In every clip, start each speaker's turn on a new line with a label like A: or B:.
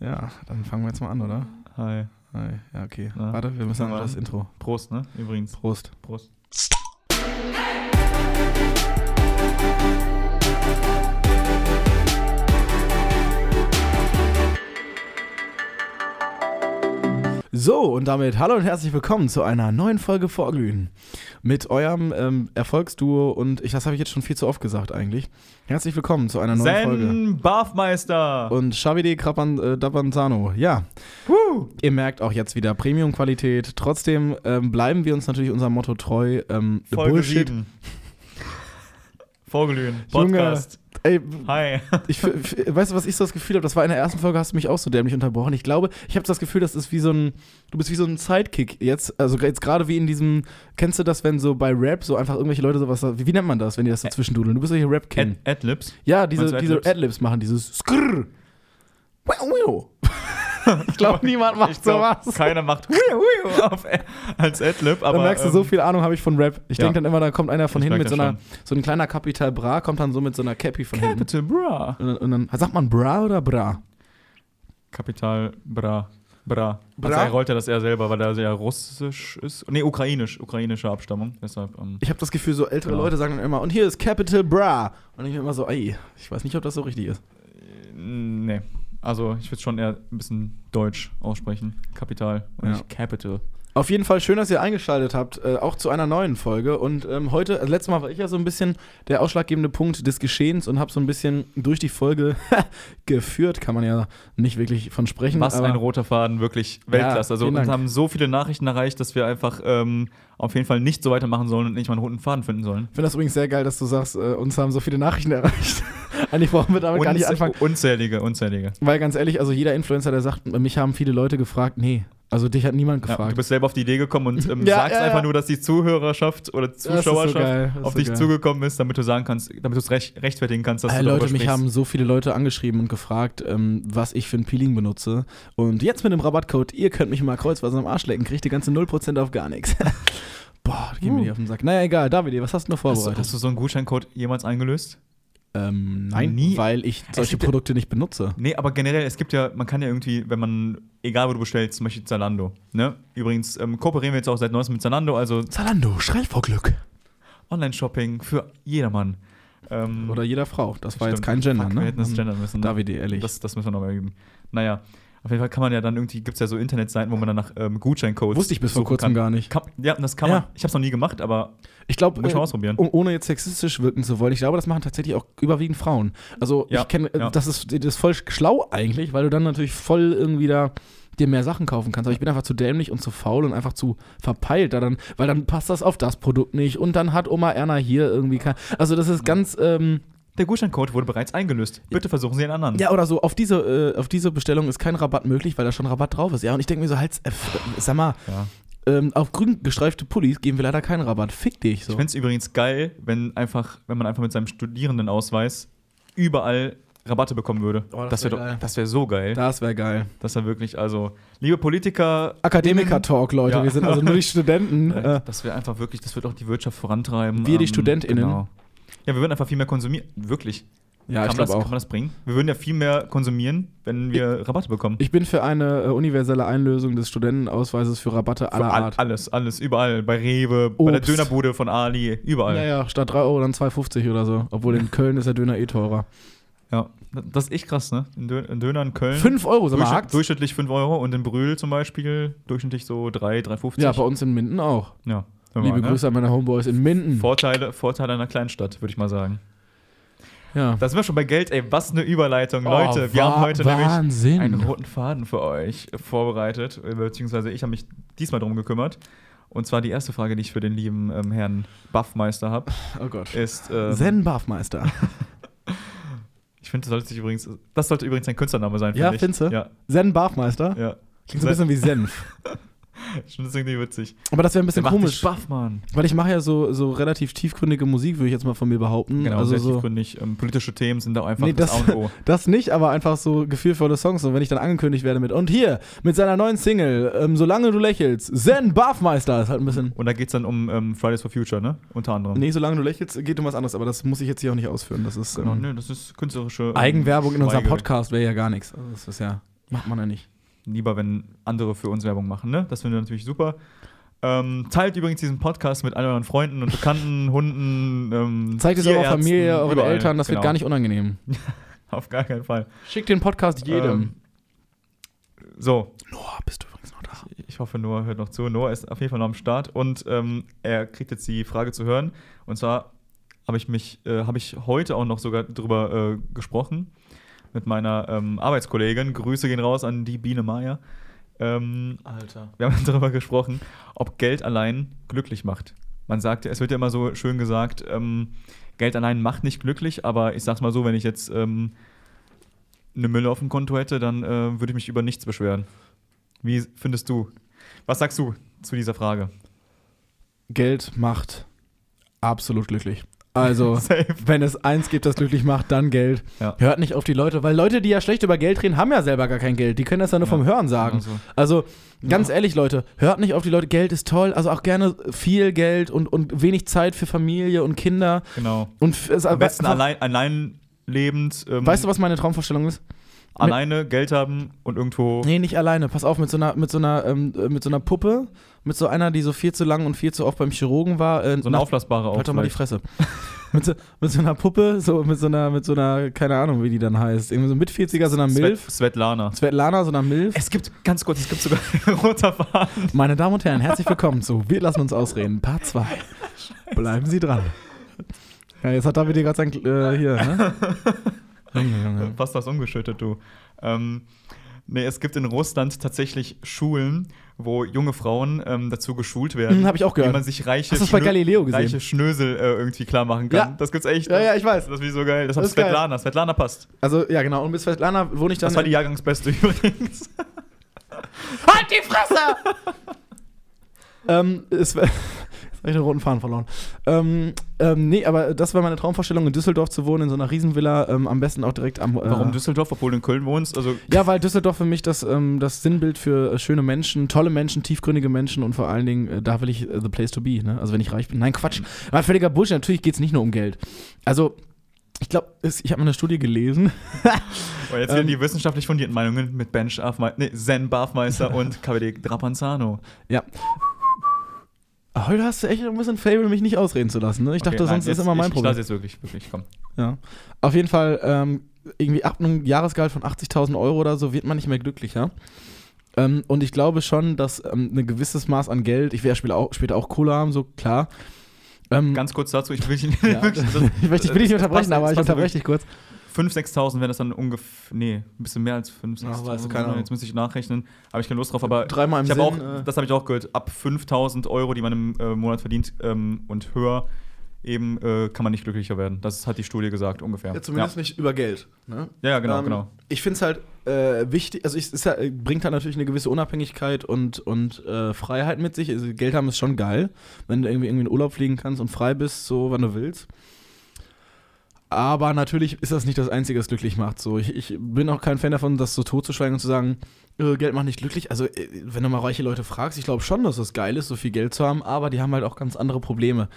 A: Ja, dann fangen wir jetzt mal an, oder?
B: Hi.
A: Hi. Ja, okay.
B: Na,
A: Warte, wir müssen
B: fangen wir
A: noch das
B: an.
A: Intro.
B: Prost, ne? Übrigens.
A: Prost.
B: Prost.
A: So, und damit hallo und herzlich willkommen zu einer neuen Folge Vorglühen. Mit eurem ähm, Erfolgsduo und ich, das habe ich jetzt schon viel zu oft gesagt eigentlich. Herzlich willkommen zu einer neuen Folge.
B: Zen Barfmeister.
A: Und Shabidi Krapan äh, Dabanzano. Ja,
B: Huh.
A: ihr merkt auch jetzt wieder Premium-Qualität. Trotzdem ähm, bleiben wir uns natürlich unserem Motto treu. Ähm, the
B: Folge
A: Bullshit.
B: 7. Vorglühen.
A: Junge.
B: Podcast.
A: Ey,
B: Hi.
A: Ich, f- f- weißt du, was ich so das Gefühl habe? Das war in der ersten Folge, hast du mich auch so dämlich unterbrochen. Ich glaube, ich habe das Gefühl, das ist wie so ein, du bist wie so ein Sidekick jetzt, also jetzt gerade wie in diesem, kennst du das, wenn so bei Rap so einfach irgendwelche Leute sowas, wie, wie nennt man das, wenn die das so zwischendudeln? Du bist ja hier Rap-King.
B: Ad Adlibs.
A: Ja, diese,
B: Meinst du
A: diese
B: Adlibs?
A: Adlibs machen dieses Skrrr. Wow, wow. ich glaube, niemand macht
B: Ich glaub,
A: sowas.
B: Keiner macht Huiu, Huiu auf, Ad- als Adlib, aber. ähm,
A: dann merkst du, so viel Ahnung habe ich von Rap. Ich
B: ja.
A: denke dann immer, da kommt einer von
B: Ich
A: hinten mit
B: merk
A: so
B: das
A: einer, so ein kleiner Capital Bra, kommt dann so mit so einer Cappy von hinten.
B: Capital Bra.
A: Und dann, und dann sagt man Bra oder Bra?
B: Kapital Bra. Bra.
A: Bra?
B: Bra. Also er rollte das eher selber, weil er ja russisch ist. Nee, ukrainisch. Ukrainische Abstammung. Deshalb. Ähm,
A: Ich habe das Gefühl, so ältere
B: Genau.
A: Leute sagen dann immer, und hier ist Capital Bra. Und ich bin immer so, ey, ich weiß nicht, ob das so richtig ist.
B: nee. Also ich würde schon eher ein bisschen deutsch aussprechen. Kapital und
A: Ja.
B: nicht Capital.
A: Auf jeden Fall schön, dass ihr eingeschaltet habt, äh, auch zu einer neuen Folge. Und ähm, heute, also letztes Mal war ich ja so ein bisschen der ausschlaggebende Punkt des Geschehens und habe so ein bisschen durch die Folge geführt, kann man ja nicht wirklich von sprechen.
B: Was
A: Mhm, aber
B: ein roter Faden, wirklich Weltklasse. also
A: vielen
B: uns
A: Dank.
B: haben so viele Nachrichten erreicht, dass wir einfach ähm, auf jeden Fall nicht so weitermachen sollen und nicht mal einen roten Faden finden sollen.
A: ich finde das übrigens sehr geil, dass du sagst, äh, uns haben so viele Nachrichten erreicht. Eigentlich brauchen wir damit gar nicht
B: Unz-
A: anfangen.
B: Unzählige, unzählige.
A: Weil ganz ehrlich, also jeder Influencer, der sagt, mich haben viele Leute gefragt, nee. Also dich hat niemand
B: Ja,
A: gefragt.
B: du bist selber auf die Idee gekommen und ähm,
A: Ja,
B: sagst
A: ja, ja.
B: einfach nur, dass die Zuhörerschaft oder
A: Ja, das ist so
B: Zuschauerschaft
A: geil, das ist
B: auf
A: so
B: dich
A: geil.
B: zugekommen ist, damit du sagen kannst, damit du es recht, rechtfertigen kannst, dass
A: Äh,
B: du darüber
A: Leute, mich
B: sprichst.
A: haben so viele Leute angeschrieben und gefragt, ähm, was ich für ein Peeling benutze. Und jetzt mit dem Rabattcode, ihr könnt mich mal kreuzweise am Arsch lecken, kriegt die ganze 0% auf gar nichts. Boah, die gehen mir
B: Uh.
A: die auf den Sack. Naja, egal, David, was hast du noch
B: Hast du,
A: vorbereitet?
B: hast du so einen Gutscheincode jemals eingelöst?
A: ähm, nein,
B: Nie.
A: weil ich solche
B: gibt-
A: Produkte nicht benutze.
B: Nee, aber generell, es gibt ja, man kann ja irgendwie, wenn man, egal wo du bestellst, zum Beispiel Zalando, ne? Übrigens, ähm, kooperieren wir jetzt auch seit neuestem mit Zalando, also
A: Zalando, schrei vor Glück.
B: Online-Shopping für jedermann. Ähm,
A: Oder jeder Frau. Das war
B: stimmt.
A: jetzt kein Gender,
B: Fuck,
A: ne?
B: Wir hätten das gendern müssen. ne?
A: David, ehrlich.
B: das, das müssen wir nochmal üben. Naja, auf jeden Fall kann man ja dann irgendwie, gibt es ja so Internetseiten, wo man dann nach ähm, Gutscheincodes.
A: Wusste ich bis vor
B: suchen
A: kurzem
B: kann.
A: gar nicht.
B: Kann, ja, das kann
A: Ja.
B: man. Ich habe es noch nie gemacht, aber
A: Ich glaube,
B: Muss ich mal ausprobieren.
A: Um, ohne jetzt sexistisch wirken zu wollen, ich glaube, das machen tatsächlich auch überwiegend Frauen. Also
B: Ja,
A: ich kenne, äh,
B: ja.
A: das ist das ist voll schlau eigentlich, weil du dann natürlich voll irgendwie da dir mehr Sachen kaufen kannst. Aber ich bin einfach zu dämlich und zu faul und einfach zu verpeilt da dann, weil dann passt das auf das Produkt nicht und dann hat Oma Erna hier irgendwie kein, also das ist ganz ähm,
B: der Gutscheincode wurde bereits eingelöst. Bitte versuchen Sie einen anderen.
A: ja oder so auf diese äh, auf diese Bestellung ist kein Rabatt möglich, weil da schon Rabatt drauf ist. Ja und ich denke mir so halt, äh, sag mal,
B: Ja.
A: ähm, auf grün gestreifte Pullis geben wir leider keinen Rabatt. Fick dich so.
B: Ich find's übrigens geil, wenn, einfach, wenn man einfach mit seinem Studierendenausweis überall Rabatte bekommen würde.
A: Oh, das
B: das
A: wär
B: wäre
A: geil.
B: wär das wär so geil.
A: das wäre geil.
B: Das wäre wirklich, also, liebe Politiker.
A: Akademiker-Talk, Leute.
B: Mhm. Ja.
A: Wir sind also nur die Studenten.
B: Äh,
A: äh,
B: Das wäre einfach wirklich, das wird auch die Wirtschaft vorantreiben. ähm, genau.
A: Wir, die StudentInnen.
B: Ja, wir würden einfach viel mehr konsumieren. Wirklich.
A: ja,
B: kann,
A: ich
B: man
A: glaube
B: das, kann
A: auch.
B: man das bringen? Wir würden ja viel mehr konsumieren, wenn wir Rabatte bekommen.
A: Ich bin für eine äh, universelle Einlösung des Studentenausweises für Rabatte
B: Für
A: aller
B: all-
A: Art.
B: Alles, alles, überall. Bei Rewe, bei der
A: Obst.
B: Dönerbude von Ali, überall.
A: Ja, ja, statt 3 Euro dann 2,50 oder so. Obwohl in Köln ist der Döner eh teurer.
B: Ja, das ist echt krass, ne? In Dö- in Döner in Köln.
A: 5 Euro, sag mal,
B: durchschnitt,
A: hakt's?
B: durchschnittlich 5 Euro und in Brühl zum Beispiel durchschnittlich so 3, 3,50.
A: Ja, bei uns in Minden auch.
B: ja. hör mal,
A: Liebe
B: ne?
A: Grüße an meine Homeboys in Minden.
B: Vorteile, Vorteile einer Kleinstadt, würde ich mal sagen.
A: Ja.
B: Da sind wir schon bei Geld, ey. Was eine Überleitung.
A: Oh,
B: Leute, wir
A: wa-
B: haben heute nämlich
A: Wahnsinn.
B: einen roten Faden für euch vorbereitet. äh, Beziehungsweise ich habe mich diesmal drum gekümmert. Und zwar die erste Frage, die ich für den lieben ähm, Herrn Buffmeister habe,
A: Oh Gott.
B: ist. ähm,
A: Zen-Barfmeister.
B: Ich finde, das sollte sich übrigens. Das sollte übrigens ein Künstlername sein.
A: Ja,
B: ich.
A: findest du?
B: Ja,
A: Zen-Barfmeister?
B: ja.
A: Klingt so ein bisschen wie Senf.
B: Schon das ist irgendwie witzig.
A: Aber das wäre ein bisschen
B: macht dich
A: komisch,
B: baff, Mann.
A: weil ich mache ja so, so relativ tiefgründige Musik, würde ich jetzt mal von mir behaupten.
B: Genau,
A: also
B: sehr
A: so,
B: tiefgründig. Ähm, politische Themen sind da einfach
A: Nee,
B: das,
A: das-
B: A und O.
A: Das nicht, aber einfach so gefühlvolle Songs. Und wenn ich dann angekündigt werde mit, und hier, mit seiner neuen Single, ähm, Solange du lächelst, Zen Barfmeister, ist halt ein bisschen.
B: Und da geht es dann um ähm, Fridays for Future, ne? Unter anderem.
A: Nee, solange du lächelst, geht um was anderes, aber das muss ich jetzt hier auch nicht ausführen. Das ist.
B: Genau,
A: Ähm,
B: nö, das ist künstlerische ähm,
A: Eigenwerbung in unserem
B: Schweige.
A: Podcast wäre ja gar nichts. Also das ist ja. Macht man ja nicht.
B: Lieber, wenn andere für uns Werbung machen, ne? Das finden wir natürlich super. Ähm, teilt übrigens diesen Podcast mit all euren Freunden und Bekannten, Hunden, ähm,
A: Zeigt es eurer
B: Tierärzten,
A: Familie, euren
B: überall.
A: Eltern, das
B: Genau.
A: wird gar nicht unangenehm.
B: Auf gar keinen Fall. Ähm,
A: Schickt den Podcast jedem.
B: So,
A: Ähm, Noah, bist du übrigens noch da?
B: ich hoffe, Noah hört noch zu. Noah ist auf jeden Fall noch am Start und ähm, er kriegt jetzt die Frage zu hören. Und zwar habe ich mich, äh, habe ich heute auch noch sogar drüber äh, gesprochen mit meiner ähm, Arbeitskollegin. Grüße gehen raus an die Biene Maya. Ähm,
A: Alter.
B: wir haben darüber gesprochen, ob Geld allein glücklich macht. Man sagt, ja- es wird ja immer so schön gesagt, ähm, Geld allein macht nicht glücklich, aber ich sag's mal so, wenn ich jetzt ähm, eine Mülle auf dem Konto hätte, dann äh, würde ich mich über nichts beschweren. Wie findest du? Was sagst du zu dieser Frage?
A: Geld macht absolut glücklich. Also,
B: Safe.
A: wenn es eins gibt, das glücklich macht, dann Geld.
B: Ja.
A: Hört nicht auf die Leute, weil Leute, die ja schlecht über Geld reden, haben ja selber gar kein Geld. Die können das ja nur
B: Ja,
A: vom Hören sagen.
B: genau so.
A: Also, ganz ehrlich, Leute, hört nicht auf die Leute. Geld ist toll. Also auch gerne viel Geld und, und wenig Zeit für Familie und Kinder.
B: Genau.
A: Und f- es,
B: Am besten
A: we-
B: allein, allein lebend, ähm,
A: Weißt du, was meine Traumvorstellung ist?
B: alleine Geld haben und irgendwo.
A: Nee, nicht alleine. Pass auf, mit so einer, mit so einer, ähm, äh, mit so einer Puppe, mit so einer, die so viel zu lang und viel zu oft beim Chirurgen war. Äh,
B: So eine auflassbare auch.
A: Halt doch mal die
B: vielleicht.
A: Fresse. mit, so, mit so einer Puppe, so mit so einer, mit so einer, keine Ahnung, wie die dann heißt. Irgendwie so mit 40er, so einer
B: Svet,
A: Milf.
B: Svetlana.
A: Svetlana, so einer Milf.
B: Es gibt, ganz kurz, es gibt sogar runterfahren.
A: Meine Damen und Herren, herzlich willkommen zu Wir lassen uns ausreden, Part 2. Bleiben Sie dran. Ja, jetzt hat David hier gerade sein, Kl- äh, hier, ne? Junge, Junge.
B: Äh, Fast was umgeschüttet, du. Ähm, nee, es gibt in Russland tatsächlich Schulen, wo junge Frauen ähm, dazu geschult werden.
A: Hm, hab ich auch
B: Wie
A: gehört.
B: man sich reiche,
A: Hast du's bei
B: Schnö-
A: Galileo gesehen?
B: reiche Schnösel äh, irgendwie klar machen kann.
A: Ja.
B: Das gibt's echt.
A: Ja, ja, ich weiß.
B: Das ist wie so geil. Das hat
A: Das ist geil.
B: Svetlana. Svetlana passt.
A: Also, ja, genau. Und bis Svetlana wohne ich dann.
B: Das war die Jahrgangsbeste übrigens.
A: Halt die Fresse! ähm, es war. Jetzt habe ich den roten Faden verloren. Ähm, ähm, nee, aber das war meine Traumvorstellung, in Düsseldorf zu wohnen, in so einer Riesenvilla, ähm, am besten auch direkt am. Äh,
B: Warum Düsseldorf, obwohl du in Köln wohnst? Also,
A: Ja, weil Düsseldorf für mich das, ähm, das Sinnbild für äh, schöne Menschen, tolle Menschen, tiefgründige Menschen und vor allen Dingen, äh, da will ich äh, the place to be, ne? Also wenn ich reich bin. Nein, Quatsch. War völliger Bullshit, natürlich geht's nicht nur um Geld. Also, ich glaube, ich habe mal eine Studie gelesen.
B: oh, jetzt hier
A: Ähm.
B: die wissenschaftlich fundierten Meinungen mit Ben Schafmeister, nee, Zen Barfmeister und KWD Drapanzano.
A: Ja. Heute hast du echt ein bisschen Fable, mich nicht ausreden zu lassen, ne? Ich dachte,
B: Okay, nein,
A: sonst
B: jetzt-
A: ist immer mein
B: ich,
A: Problem.
B: Ich lasse jetzt wirklich, wirklich, komm.
A: Ja. Auf jeden Fall, ähm, irgendwie ab einem Jahresgehalt von 80.000 Euro oder so wird man nicht mehr glücklicher. Ähm, und ich glaube schon, dass ähm, ein gewisses Maß an Geld, ich werde später auch, später auch Kohle haben, so klar. Ähm,
B: Ganz kurz dazu, ich will dich
A: ja.
B: wirklich. das-
A: ich möchte ich will dich nicht
B: das passt-
A: unterbrechen, aber
B: das
A: ich
B: passt
A: unterbreche dich kurz.
B: 5.000, 6.000 wären das dann ungefähr. Nee, ein bisschen mehr als 5.000,
A: Ach,
B: 6.000.
A: weißt du, keine Ahnung.
B: Jetzt müsste ich nachrechnen. Habe ich keine Lust drauf, aber.
A: Dreimal im
B: ich hab
A: Sinn,
B: auch,
A: äh.
B: das habe ich auch gehört. Ab 5.000 Euro, die man im äh, Monat verdient ähm, und höher, eben äh, kann man nicht glücklicher werden. Das hat die Studie gesagt, ungefähr. ja.
A: nicht über Geld.
B: Ja, ja, genau,
A: Ähm,
B: genau.
A: Ich finde es halt äh, wichtig, also es ist ja, bringt halt natürlich eine gewisse Unabhängigkeit und, und äh, Freiheit mit sich. Also Geld haben ist schon geil, wenn du irgendwie, irgendwie in Urlaub fliegen kannst und frei bist, so wann du willst. Aber natürlich ist das nicht das Einzige, das glücklich macht. So, ich, ich bin auch kein Fan davon, das so totzuschweigen und zu sagen, äh, Geld macht nicht glücklich. Also, äh, wenn du mal reiche Leute fragst, ich glaube schon, dass das geil ist, so viel Geld zu haben, aber die haben halt auch ganz andere Probleme,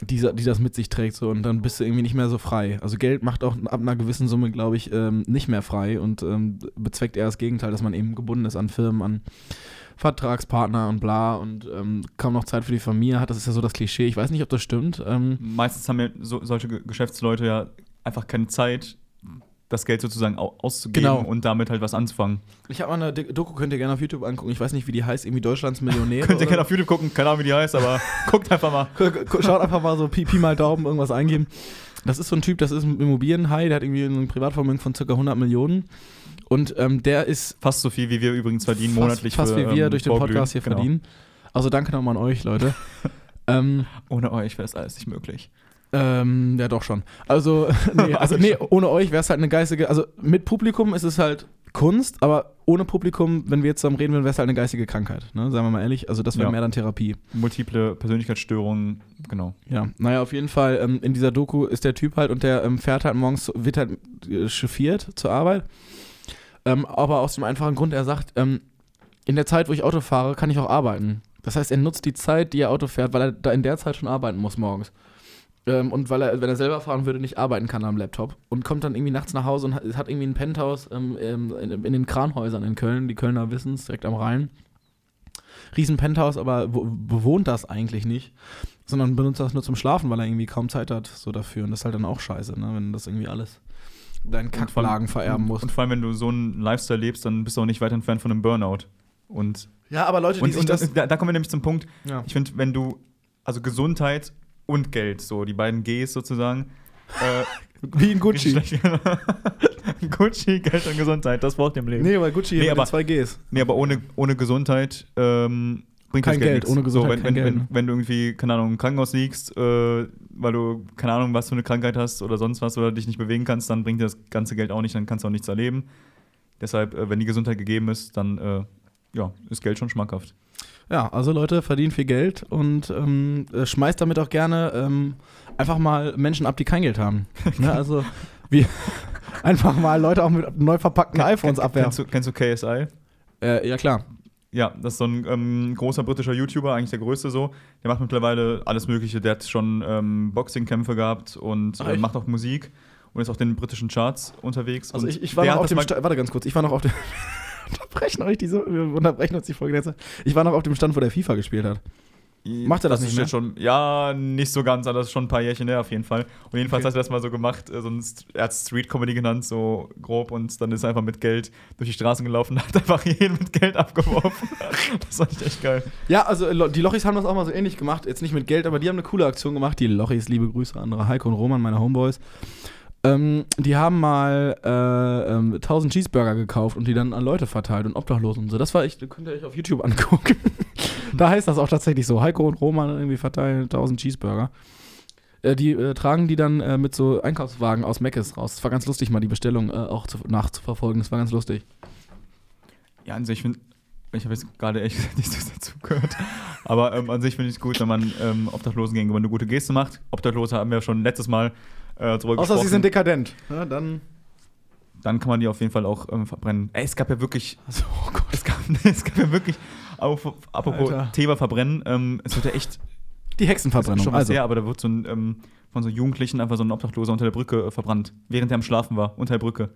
A: die, sa- die das mit sich trägt. So, und dann bist du irgendwie nicht mehr so frei. Also, Geld macht auch ab einer gewissen Summe, glaube ich, ähm, nicht mehr frei und ähm, bezweckt eher das Gegenteil, dass man eben gebunden ist an Firmen, an Vertragspartner und bla und ähm, kaum noch Zeit für die Familie hat. Das ist ja so das Klischee. Ich weiß nicht, ob das stimmt. Ähm,
B: Meistens haben ja so, solche Ge- Geschäftsleute ja einfach keine Zeit, das Geld sozusagen au auszugeben
A: Genau.
B: und damit halt was anzufangen.
A: Ich habe mal eine D- Doku, könnt ihr gerne auf YouTube angucken. Ich weiß nicht, wie die heißt, irgendwie Deutschlands Millionäre.
B: Könnt
A: oder
B: ihr gerne auf YouTube gucken, keine Ahnung, wie die heißt, aber guckt einfach mal.
A: so. Gu- gu- Schaut einfach mal so Pi, Pi mal Daumen, irgendwas eingeben. Das ist so ein Typ, das ist ein Immobilienhai, der hat irgendwie ein Privatvermögen von ca. 100 Millionen. Und ähm, der ist
B: Fast so viel, wie wir übrigens verdienen monatlich.
A: fast, fast wie wir
B: ähm,
A: durch den
B: Vorglühen.
A: Podcast hier
B: Genau.
A: verdienen. Also danke nochmal an euch, Leute. ähm,
B: Ohne euch wäre es alles nicht möglich.
A: Ähm, ja, doch schon. Also, nee, also, nee ohne euch wäre es halt eine geistige. Also, mit Publikum ist es halt Kunst, aber ohne Publikum, wenn wir jetzt zusammen reden würden, wäre es halt eine geistige Krankheit. Ne? Sagen wir mal ehrlich. Also das wäre
B: Ja.
A: mehr dann Therapie.
B: Multiple Persönlichkeitsstörungen, genau.
A: Ja, naja, auf jeden Fall, ähm, in dieser Doku ist der Typ halt und der ähm, fährt halt morgens, zu- wird halt äh, chauffiert zur Arbeit. Ähm, aber aus dem einfachen Grund, er sagt, ähm, in der Zeit, wo ich Auto fahre, kann ich auch arbeiten. Das heißt, er nutzt die Zeit, die er Auto fährt, weil er da in der Zeit schon arbeiten muss morgens. Ähm, und weil er, wenn er selber fahren würde, nicht arbeiten kann am Laptop. Und kommt dann irgendwie nachts nach Hause und hat, hat irgendwie ein Penthouse ähm, ähm, in, in den Kranhäusern in Köln, die Kölner wissen es, direkt am Rhein. Riesen Penthouse, aber wo- bewohnt das eigentlich nicht sondern benutzt das nur zum Schlafen, weil er irgendwie kaum Zeit hat so dafür. Und das ist halt dann auch scheiße, ne? wenn das irgendwie alles deinen
B: Und vor allem-
A: Kackflagen vererben musst.
B: Und vor allem, wenn du so einen Lifestyle lebst, dann bist du auch nicht weit entfernt von einem Burnout. Und,
A: Ja, aber Leute,
B: und, und da, da kommen wir nämlich zum Punkt,
A: ja.
B: ich finde, wenn du, also Gesundheit und Geld, so die beiden Gs sozusagen, äh,
A: Wie in Gucci.
B: Geschlecht- Gucci, Geld und Gesundheit, das braucht im Leben.
A: Nee, weil Gucci
B: Nee,
A: nee,
B: aber-
A: zwei Gs.
B: Nee, aber ohne, ohne Gesundheit ähm, bringt
A: Kein
B: das
A: Geld,
B: Geld, nichts.
A: ohne Gesundheit
B: so, wenn,
A: kein
B: wenn,
A: Geld, ne?
B: Wenn, wenn du irgendwie, keine Ahnung, im Krankenhaus liegst, äh, weil du, keine Ahnung, was für eine Krankheit hast oder sonst was oder dich nicht bewegen kannst, dann bringt dir das ganze Geld auch nicht, dann kannst du auch nichts erleben. Deshalb, äh, wenn die Gesundheit gegeben ist, dann äh, ja, ist Geld schon schmackhaft.
A: Ja, also Leute, verdient viel Geld und ähm, äh, schmeißt damit auch gerne ähm, einfach mal Menschen ab, die kein Geld haben. ne? Also wie einfach mal Leute auch mit neu verpackten iPhones
B: Kennst
A: abwerfen.
B: du, kennst du KSI?
A: Äh, ja, klar.
B: Ja, das ist so ein ähm, großer britischer YouTuber, eigentlich der größte so. Der macht mittlerweile alles Mögliche. Der hat schon ähm, Boxingkämpfe gehabt und
A: Ach,
B: äh,
A: echt?
B: macht auch Musik und ist auf den britischen Charts unterwegs.
A: Also
B: und
A: ich, ich war
B: der
A: noch auf
B: hat das
A: dem
B: mal-
A: Stand, warte ganz kurz, ich war noch auf dem unterbrechen euch diese, wir unterbrechen uns die Folge jetzt. Ich war noch auf dem Stand, wo der FIFA gespielt hat. Macht er das nicht
B: ist jetzt schon? Ja, nicht so ganz, aber das ist schon ein paar Jährchen her auf jeden Fall. Und jedenfalls
A: Okay.
B: hat er das mal so gemacht, äh, so ein, St- er hat Street Comedy genannt, so grob, und dann ist er einfach mit Geld durch die Straßen gelaufen und hat einfach jeden mit Geld abgeworfen. das fand ich echt geil.
A: Ja, also äh, Lo- die Lochis haben das auch mal so ähnlich gemacht, jetzt nicht mit Geld, aber die haben eine coole Aktion gemacht, die Lochis, liebe Grüße an Heiko und Roman, meine Homeboys. Ähm, die haben mal äh, ähm, 1000 Cheeseburger gekauft und die dann an Leute verteilt und Obdachlosen und so. Das war echt, könnt ihr euch auf YouTube angucken. da heißt das auch tatsächlich so, Heiko und Roman irgendwie verteilen 1000 Cheeseburger. Äh, die äh, tragen die dann äh, mit so Einkaufswagen aus Meckes raus. Es war ganz lustig, mal die Bestellung äh, auch zu, nachzuverfolgen. Es war ganz lustig.
B: Ja, an sich finde ich habe jetzt gerade ehrlich gesagt nichts dazu gehört. Aber ähm, an sich finde ich es gut, wenn man ähm, Obdachlosen gegenüber eine gute Geste macht. Obdachlose haben wir schon letztes Mal äh, drüber
A: Außer
B: gesprochen.
A: sie sind dekadent. Ja, dann.
B: Dann kann man die auf jeden Fall auch ähm, verbrennen. Ey, es gab ja wirklich
A: Also, oh Gott.
B: Es gab, es gab ja wirklich, auf, apropos
A: Alter.
B: Thema verbrennen, ähm, es wird ja echt
A: Die
B: das ist
A: Hexenverbrennung. also.
B: schon was her, aber da wird so ein, ähm, von so Jugendlichen einfach so ein Obdachloser unter der Brücke äh, verbrannt, während er am Schlafen war, unter der Brücke.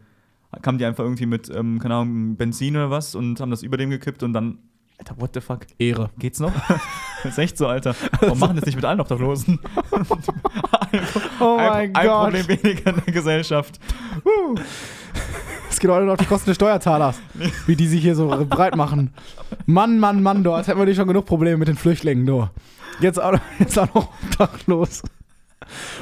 B: Kamen die einfach irgendwie mit, ähm, keine Ahnung, Benzin oder was und haben das über dem gekippt und dann, Alter, what the fuck,
A: Ehre.
B: geht's noch? ist echt so, Alter. Warum machen das nicht mit allen Obdachlosen?
A: Oh
B: ein, ein Problem weniger in der Gesellschaft. Huh.
A: Es geht heute noch auf die Kosten des Steuerzahlers, wie die sich hier so breit machen. Mann, Mann, Mann, dort hätten wir nicht schon genug Probleme mit den Flüchtlingen, du. Jetzt auch, noch- jetzt auch noch obdachlos.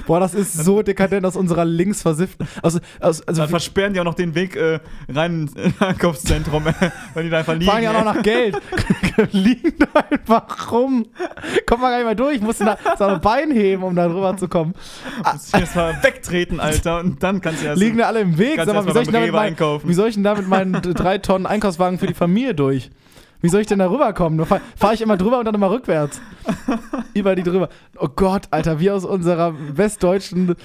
A: Boah, das ist so dekadent aus unserer linksversifften. Also, also, also
B: Dann versperren die auch noch den Weg äh, rein ins Einkaufszentrum, äh, weil die da einfach liegen.
A: fragen ja noch nach Geld. Liegen da einfach rum. Kommt man gar nicht mehr durch, musst da sein Bein heben, um da drüber zu kommen.
B: Muss ich erstmal wegtreten, Alter, und dann kannst du erst.
A: Liegen da alle im Weg.
B: Kannst
A: Sag mal, wie
B: erst
A: soll,
B: mal
A: ich
B: beim
A: denn damit
B: Rewe
A: mein,
B: einkaufen.
A: wie soll ich denn da mit meinen d- drei Tonnen Einkaufswagen für die Familie durch? Wie soll ich denn da rüberkommen? Da fahre fahr ich immer drüber und dann immer rückwärts. Über die drüber. Oh Gott, Alter, wir aus unserer westdeutschen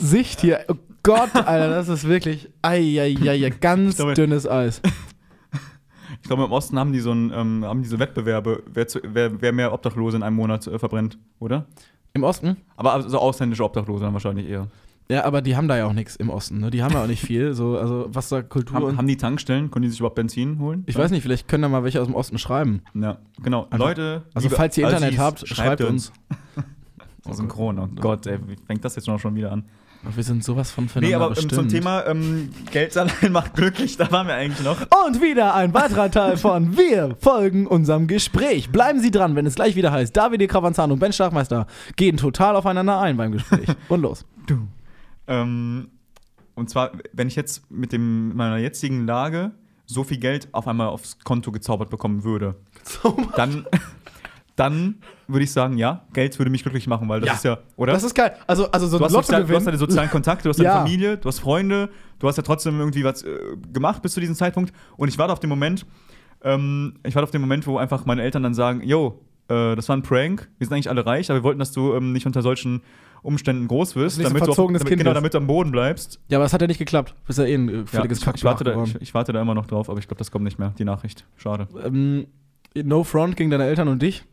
A: Sicht hier. Oh Gott, Alter, das ist wirklich eieiei, ganz
B: glaube-
A: dünnes Eis.
B: ich glaube, im Osten haben die so ein, ähm, haben diese Wettbewerbe, wer, zu, wer, wer mehr Obdachlose in einem Monat äh, verbrennt, oder?
A: Im Osten?
B: Aber so also ausländische Obdachlose dann wahrscheinlich eher.
A: Ja, aber die haben da ja auch nichts im Osten. Ne? Die haben ja auch nicht viel. So, also was da Kultur
B: Haben,
A: und.
B: haben die Tankstellen? Können die sich überhaupt Benzin holen?
A: ich weiß nicht, vielleicht können da mal welche aus dem Osten schreiben.
B: Ja, genau.
A: Einfach-
B: Leute,
A: Also
B: liebe
A: falls ihr Internet
B: Assis,
A: habt, schreibt, uns.
B: So synchron, oh Gott, ey, wie fängt das jetzt noch schon wieder an?
A: Wir sind sowas von
B: Nee,
A: voneinander
B: aber ähm,
A: bestimmt.
B: zum Thema ähm, Geld allein macht glücklich, da waren wir eigentlich noch.
A: Und wieder ein weiterer Teil von Wir folgen unserem Gespräch. Bleiben Sie dran, wenn es gleich wieder heißt, David Kravanzan und Ben Schlagmeister gehen total aufeinander ein beim Gespräch. Und los.
B: Ähm, und zwar, wenn ich jetzt mit dem, mit meiner jetzigen Lage so viel Geld auf einmal aufs Konto gezaubert bekommen würde, dann, dann würde ich sagen, ja, Geld würde mich glücklich machen, weil das
A: Ja.
B: ist ja, oder?
A: Das ist geil. Also, also so
B: du,
A: ein
B: hast sozial, du
A: Lottogewinn.
B: hast deine sozialen Kontakte, du hast deine
A: Ja.
B: Familie, du hast Freunde, du hast ja trotzdem irgendwie was äh, gemacht bis zu diesem Zeitpunkt. Und ich warte auf den Moment, ähm, ich warte auf den Moment, wo einfach meine Eltern dann sagen, yo, äh, das war ein Prank, wir sind eigentlich alle reich, aber wir wollten, dass du ähm, nicht unter solchen Umständen groß wirst,
A: nicht so ein
B: damit, du auf,
A: verzogenes
B: damit,
A: Kind
B: genau,
A: bist.
B: damit du am Boden bleibst.
A: Ja, aber das hat ja nicht geklappt. Bist ja eh ein äh,
B: Ja,
A: völliges
B: ich, ich,
A: Kackschlag
B: warte da, ich,
A: geworden.
B: ich warte da immer noch drauf, aber ich glaube, das kommt nicht mehr, die Nachricht. Schade.
A: ähm, No Front gegen deine Eltern und dich.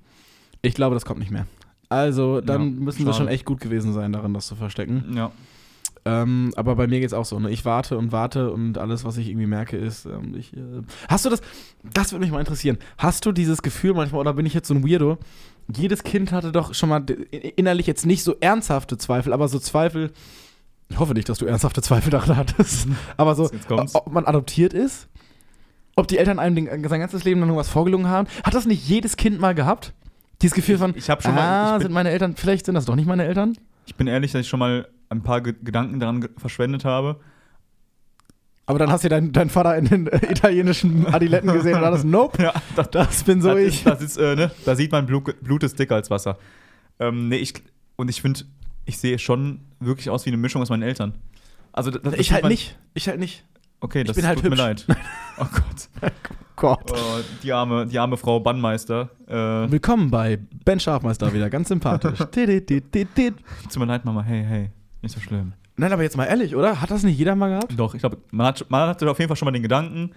A: Ich glaube, das kommt nicht mehr. Also, dann
B: Ja,
A: müssen sie
B: schade.
A: schon echt gut gewesen sein, darin das zu verstecken.
B: Ja.
A: Ähm, aber bei mir geht's auch so. Ne? Ich warte und warte und alles, was ich irgendwie merke, ist, ähm, ich. Äh, hast du das? Das würde mich mal interessieren. Hast du dieses Gefühl manchmal, oder bin ich jetzt so ein Weirdo? Jedes Kind hatte doch schon mal d- innerlich jetzt nicht so ernsthafte Zweifel, aber so Zweifel. Ich hoffe nicht, dass du ernsthafte Zweifel daran hattest. Aber so,
B: Hm. Jetzt kommt's.
A: ob man adoptiert ist, ob die Eltern einem den, sein ganzes Leben lang irgendwas vorgelungen haben. Hat das nicht jedes Kind mal gehabt? Dieses Gefühl von,
B: Ich habe schon mal.
A: ah,
B: Ich bin,
A: sind meine Eltern, vielleicht sind das doch nicht meine Eltern?
B: ich bin ehrlich, dass ich schon mal ein paar Ge Gedanken daran ge verschwendet habe.
A: Aber dann hast du deinen, deinen Vater in den äh, italienischen Adiletten gesehen und alles, nope,
B: Ja, da,
A: das bin so
B: das
A: ich.
B: Ist, das ist, äh, ne? Da sieht man, Blut, Blut ist dicker als Wasser. Ähm, nee, ich, und ich finde, ich sehe schon wirklich aus wie eine Mischung aus meinen Eltern. Also, das, das
A: ich
B: sieht
A: halt
B: man-
A: nicht, ich halt nicht.
B: Okay, das
A: bin halt
B: tut mir leid. Oh Gott.
A: Gott.
B: Oh, die, arme, die arme Frau Bannmeister. Äh,
A: Willkommen bei Ben Schafmeister wieder, ganz sympathisch. Dit, dit, dit, dit.
B: tut mir leid, Mama. Hey, hey. Nicht so schlimm.
A: Nein, aber jetzt mal ehrlich, oder? Hat das nicht jeder mal gehabt?
B: Doch, ich glaube, man, hat, man hatte auf jeden Fall schon mal den Gedanken,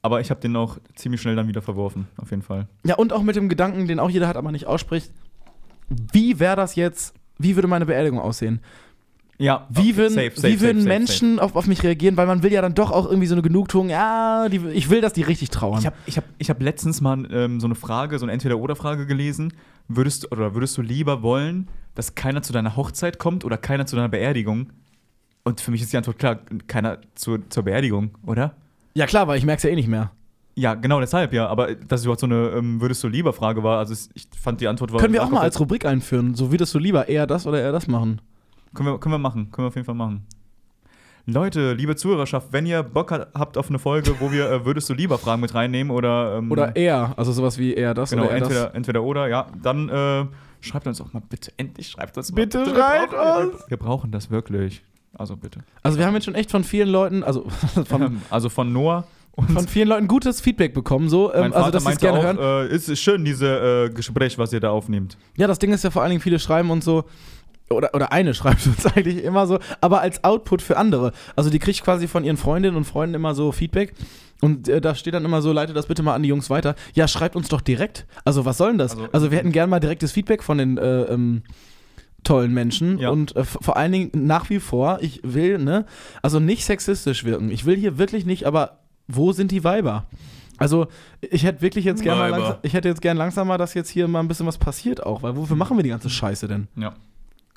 B: aber ich habe den auch ziemlich schnell dann wieder verworfen, auf jeden Fall.
A: Ja, und auch mit dem Gedanken, den auch jeder hat, aber nicht ausspricht. Wie wäre das jetzt, wie würde meine Beerdigung aussehen?
B: Ja,
A: Wie würden,
B: safe, safe,
A: wie würden
B: safe, safe, Safe.
A: Menschen Auf, auf mich reagieren? Weil man will ja dann doch auch irgendwie so eine Genugtuung, ja, die, ich will, dass die richtig trauern.
B: Ich habe ich hab, ich hab letztens mal ähm, so eine Frage, so eine Entweder-Oder-Frage gelesen. Würdest, du- oder würdest du lieber wollen, dass keiner zu deiner Hochzeit kommt oder keiner zu deiner Beerdigung? Und für mich ist die Antwort klar, keiner zur, zur Beerdigung, oder?
A: ja klar, weil ich merke es ja eh nicht mehr.
B: Ja, genau deshalb, ja. Aber dass es überhaupt so eine ähm, würdest du lieber Frage war, also es- ich fand die Antwort war.
A: Können wir auch mal
B: war-
A: als Rubrik einführen, so würdest du lieber eher das oder eher das machen?
B: Können wir, können wir machen, können wir auf jeden Fall machen. Leute, liebe Zuhörerschaft, wenn ihr Bock hat, habt auf eine Folge, wo wir äh, würdest du lieber Fragen mit reinnehmen oder, ähm,
A: Oder eher, also sowas wie eher das
B: genau,
A: oder eher das.
B: entweder, entweder oder, ja, dann äh, schreibt uns auch mal bitte, endlich schreibt uns mal.
A: Bitte
B: wir
A: schreibt
B: brauchen-
A: uns!
B: Wir brauchen das wirklich. Also bitte.
A: Also wir haben jetzt schon echt von vielen Leuten, also von,
B: Ähm, also von Noah und
A: von vielen Leuten gutes Feedback bekommen, so, ähm,
B: mein Vater
A: also dass sie es
B: meinte
A: gerne
B: auch,
A: hören.
B: äh, es ist schön, diese äh, Gespräch, was ihr da aufnehmt.
A: Ja, das Ding ist ja vor allen Dingen, viele schreiben uns so, oder, oder eine schreibt uns eigentlich immer so, aber als Output für andere. Also die kriegt quasi von ihren Freundinnen und Freunden immer so Feedback. Und äh, da steht dann immer so, leite das bitte mal an die Jungs weiter. Ja, schreibt uns doch direkt. Also was soll denn das?
B: Also-
A: Also, wir hätten gern mal direktes Feedback von den äh, ähm, tollen Menschen.
B: Ja.
A: Und äh, f- vor allen Dingen nach wie vor, ich will, ne, also nicht sexistisch wirken. Ich will hier wirklich nicht, aber wo sind die Weiber? Also, ich hätte wirklich jetzt gerne mal,
B: Weiber.
A: langsam, ich hätte jetzt gern langsamer, dass jetzt hier mal ein bisschen was passiert auch, weil wofür machen wir die ganze Scheiße denn?
B: Ja.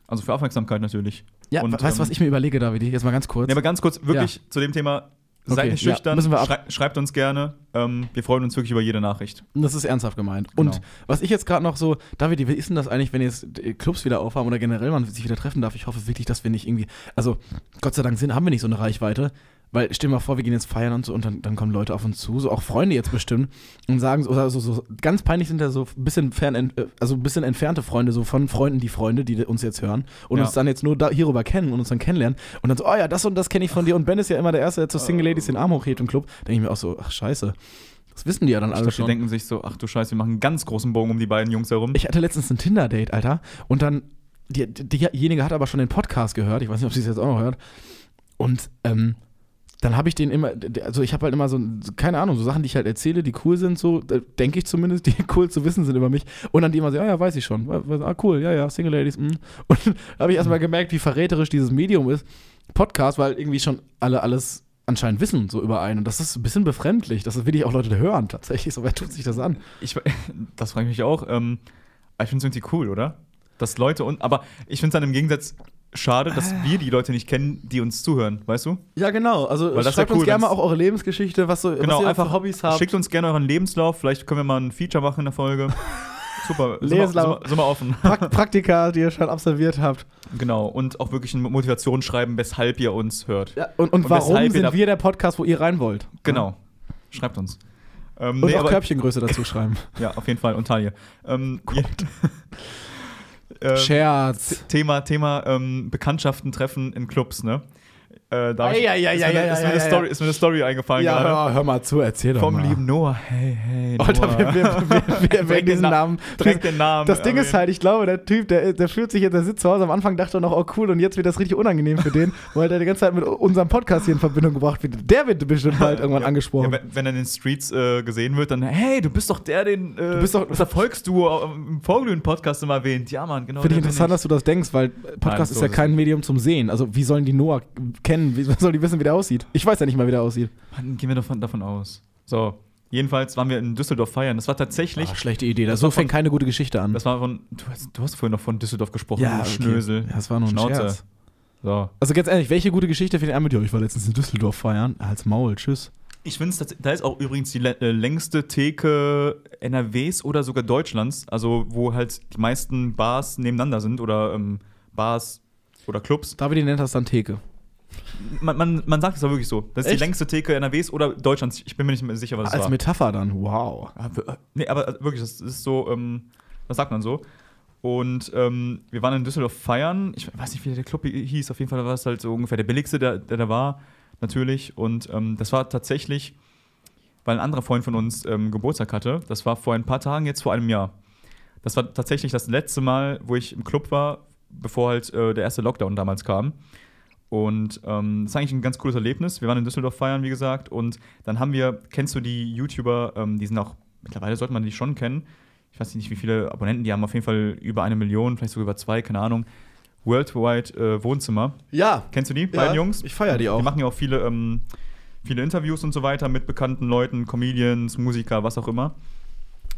B: Also für Aufmerksamkeit natürlich.
A: Ja,
B: Und,
A: we- weißt du, was
B: ähm,
A: ich mir überlege, David? Jetzt mal ganz kurz.
B: Nee, aber ganz kurz, wirklich zu dem Thema, seid
A: Okay,
B: nicht
A: ja,
B: schüchtern,
A: müssen wir ab-
B: schrei schreibt uns gerne. Ähm, wir freuen uns wirklich über jede Nachricht.
A: das ist ernsthaft gemeint. Und
B: Genau.
A: was ich jetzt gerade noch so, David, wie ist denn das eigentlich, wenn jetzt die Clubs wieder aufhaben oder generell man sich wieder treffen darf? Ich hoffe wirklich, dass wir nicht irgendwie, also Gott sei Dank sind, haben wir nicht so eine Reichweite, weil stell dir mal vor, wir gehen jetzt feiern und so und dann, dann kommen Leute auf uns zu, so auch Freunde jetzt bestimmt und sagen so, also so ganz peinlich sind da so ein bisschen fern, ent- äh, also ein bisschen entfernte Freunde, so von Freunden, die Freunde, die uns jetzt hören und
B: Ja.
A: uns dann jetzt nur da, hierüber kennen und uns dann kennenlernen und dann so, oh ja, das und das kenne ich von dir und Ben ist ja immer der Erste, der
B: Äh.
A: zu Single Ladies den Arm hochhebt im Club. Denke ich mir auch so, ach scheiße. Das wissen die ja dann
B: Ich
A: alle
B: glaub, die
A: schon.
B: denken sich so, ach du Scheiße, wir machen einen ganz großen Bogen um die beiden Jungs herum.
A: Ich hatte letztens ein Tinder-Date, Alter. Und dann, die, die, diejenige hat aber schon den Podcast gehört. Ich weiß nicht, ob sie es jetzt auch noch hört. Und ähm, dann habe ich den immer, also ich habe halt immer so, keine Ahnung, so Sachen, die ich halt erzähle, die cool sind, so äh, denke ich zumindest, die cool zu wissen sind über mich. Und dann die immer so, ja, ja, weiß ich schon. Ah, cool, ja, ja, Single Ladies. mm. Und dann habe ich erstmal gemerkt, wie verräterisch dieses Medium ist. Podcast, weil irgendwie schon alle alles anscheinend wissen, so über einen. Und das ist ein bisschen befremdlich, dass das wirklich auch Leute hören, tatsächlich. So, wer tut sich das an?
B: Ich, das frage ich mich auch. Ähm, aber ich finde es irgendwie cool, oder? Dass Leute und. Aber ich finde es dann im Gegensatz schade, dass
A: Ah.
B: wir die Leute nicht kennen, die uns zuhören, weißt du?
A: Ja, genau. Also
B: Weil das ist
A: schreibt
B: ja cool,
A: uns gerne mal
B: wenn's- Genau,
A: auch eure Lebensgeschichte, was so was ihr für Hobbys habt.
B: Schickt uns gerne euren Lebenslauf. Vielleicht können wir mal ein Feature machen in der Folge. Super. sind wir-
A: Lebenslauf.
B: Sind wir, sind wir offen.
A: Prakt- Praktika, die ihr schon absolviert habt.
B: genau. Und auch wirklich eine Motivation schreiben, weshalb ihr uns hört.
A: Ja, und, und,
B: Und
A: warum
B: weshalb ihr
A: sind
B: da-
A: wir der Podcast, wo ihr rein wollt?
B: Genau. Schreibt uns. Ähm,
A: Und
B: nee,
A: auch
B: aber-
A: Körbchengröße dazu schreiben.
B: Ja, auf jeden Fall. Und Taille. Ähm, je- äh,
A: Scherz.
B: Thema, Thema ähm, Bekanntschaften treffen in Clubs, ne? Äh, da hab ich-
A: Ei, ei, ei,
B: ist mir eine-
A: ei,
B: ist mir
A: ei,
B: eine
A: ei,
B: Story-
A: ei.
B: Ist mir eine Story eingefallen
A: Ja,
B: gerade.
A: hör, hör mal zu, erzähl doch
B: Vom
A: mal.
B: lieben Noah. Hey, hey. Noah.
A: Alter, wir, wir, wir, wir
B: Direkt
A: werden
B: den
A: diesen
B: Na-
A: Namen.
B: Direkt den Namen.
A: Das Ding ist
B: erwähnen.
A: halt, ich glaube, der Typ, der, der fühlt sich jetzt, der sitzt zu Hause, am Anfang dachte er noch, oh cool, und jetzt wird das richtig unangenehm für den, weil der die ganze Zeit mit unserem Podcast hier in Verbindung gebracht wird. Der wird bestimmt bald irgendwann angesprochen.
B: Ja, wenn, wenn er in den Streets äh, gesehen wird, dann, hey, du bist doch der, den äh,
A: bist doch-
B: das Erfolgsduo äh, im vorglühenden Podcast immer erwähnt. Ja, Mann, genau.
A: Finde ich
B: der bin
A: interessant, dass du das denkst, weil Podcast
B: so
A: ist ja
B: ist es
A: kein Medium zum Sehen. Also, wie sollen die Noah kennen? Wie sollen die wissen, wie der aussieht? Ich weiß ja nicht mal, wie der aussieht.
B: Mann, gehen wir davon, davon aus. So, jedenfalls waren wir in Düsseldorf feiern. Das war tatsächlich,
A: Ah, schlechte Idee. Das so fängt keine gute Geschichte an.
B: das war von, du hast, du hast vorhin noch von Düsseldorf gesprochen, du
A: okay.
B: Schnösel.
A: Ja, das war nur ein
B: Schnauze.
A: Scherz.
B: So.
A: Also, ganz ehrlich, welche gute Geschichte findet ihr mit dir? Ich war letztens in Düsseldorf feiern. Als Maul, tschüss.
B: Ich finde es, da ist auch übrigens die lä- äh, längste Theke NRWs oder sogar Deutschlands, also wo halt die meisten Bars nebeneinander sind oder ähm, Bars oder Clubs.
A: David nennt das dann Theke.
B: Man, man, man sagt es ja wirklich so. Das ist
A: Echt?
B: die längste Theke NRWs oder Deutschlands. Ich bin mir nicht mehr sicher, was es
A: Als
B: war.
A: Metapher dann, wow.
B: Aber, äh, nee, aber äh, wirklich, das ist so, ähm, was sagt man so? Und ähm, wir waren in Düsseldorf feiern. Ich weiß nicht, wie der Club hi- hieß. Auf jeden Fall war es halt so ungefähr der billigste, der, der da war, natürlich. Und ähm, das war tatsächlich, weil ein anderer Freund von uns ähm, Geburtstag hatte. Das war vor ein paar Tagen, jetzt vor einem Jahr. Das war tatsächlich das letzte Mal, wo ich im Club war, bevor halt äh, der erste Lockdown damals kam. Und ähm, das ist eigentlich ein ganz cooles Erlebnis. Wir waren in Düsseldorf feiern, wie gesagt. Und dann haben wir, kennst du die YouTuber, ähm, die sind auch, mittlerweile sollte man die schon kennen. Ich weiß nicht, wie viele Abonnenten die haben. Auf jeden Fall über eine Million, vielleicht sogar über zwei, keine Ahnung. Worldwide äh, Wohnzimmer.
A: Ja.
B: Kennst du die beiden Jungs?
A: Ich feier die auch.
B: Die machen ja auch viele, ähm, viele Interviews und so weiter mit bekannten Leuten, Comedians, Musiker, was auch immer.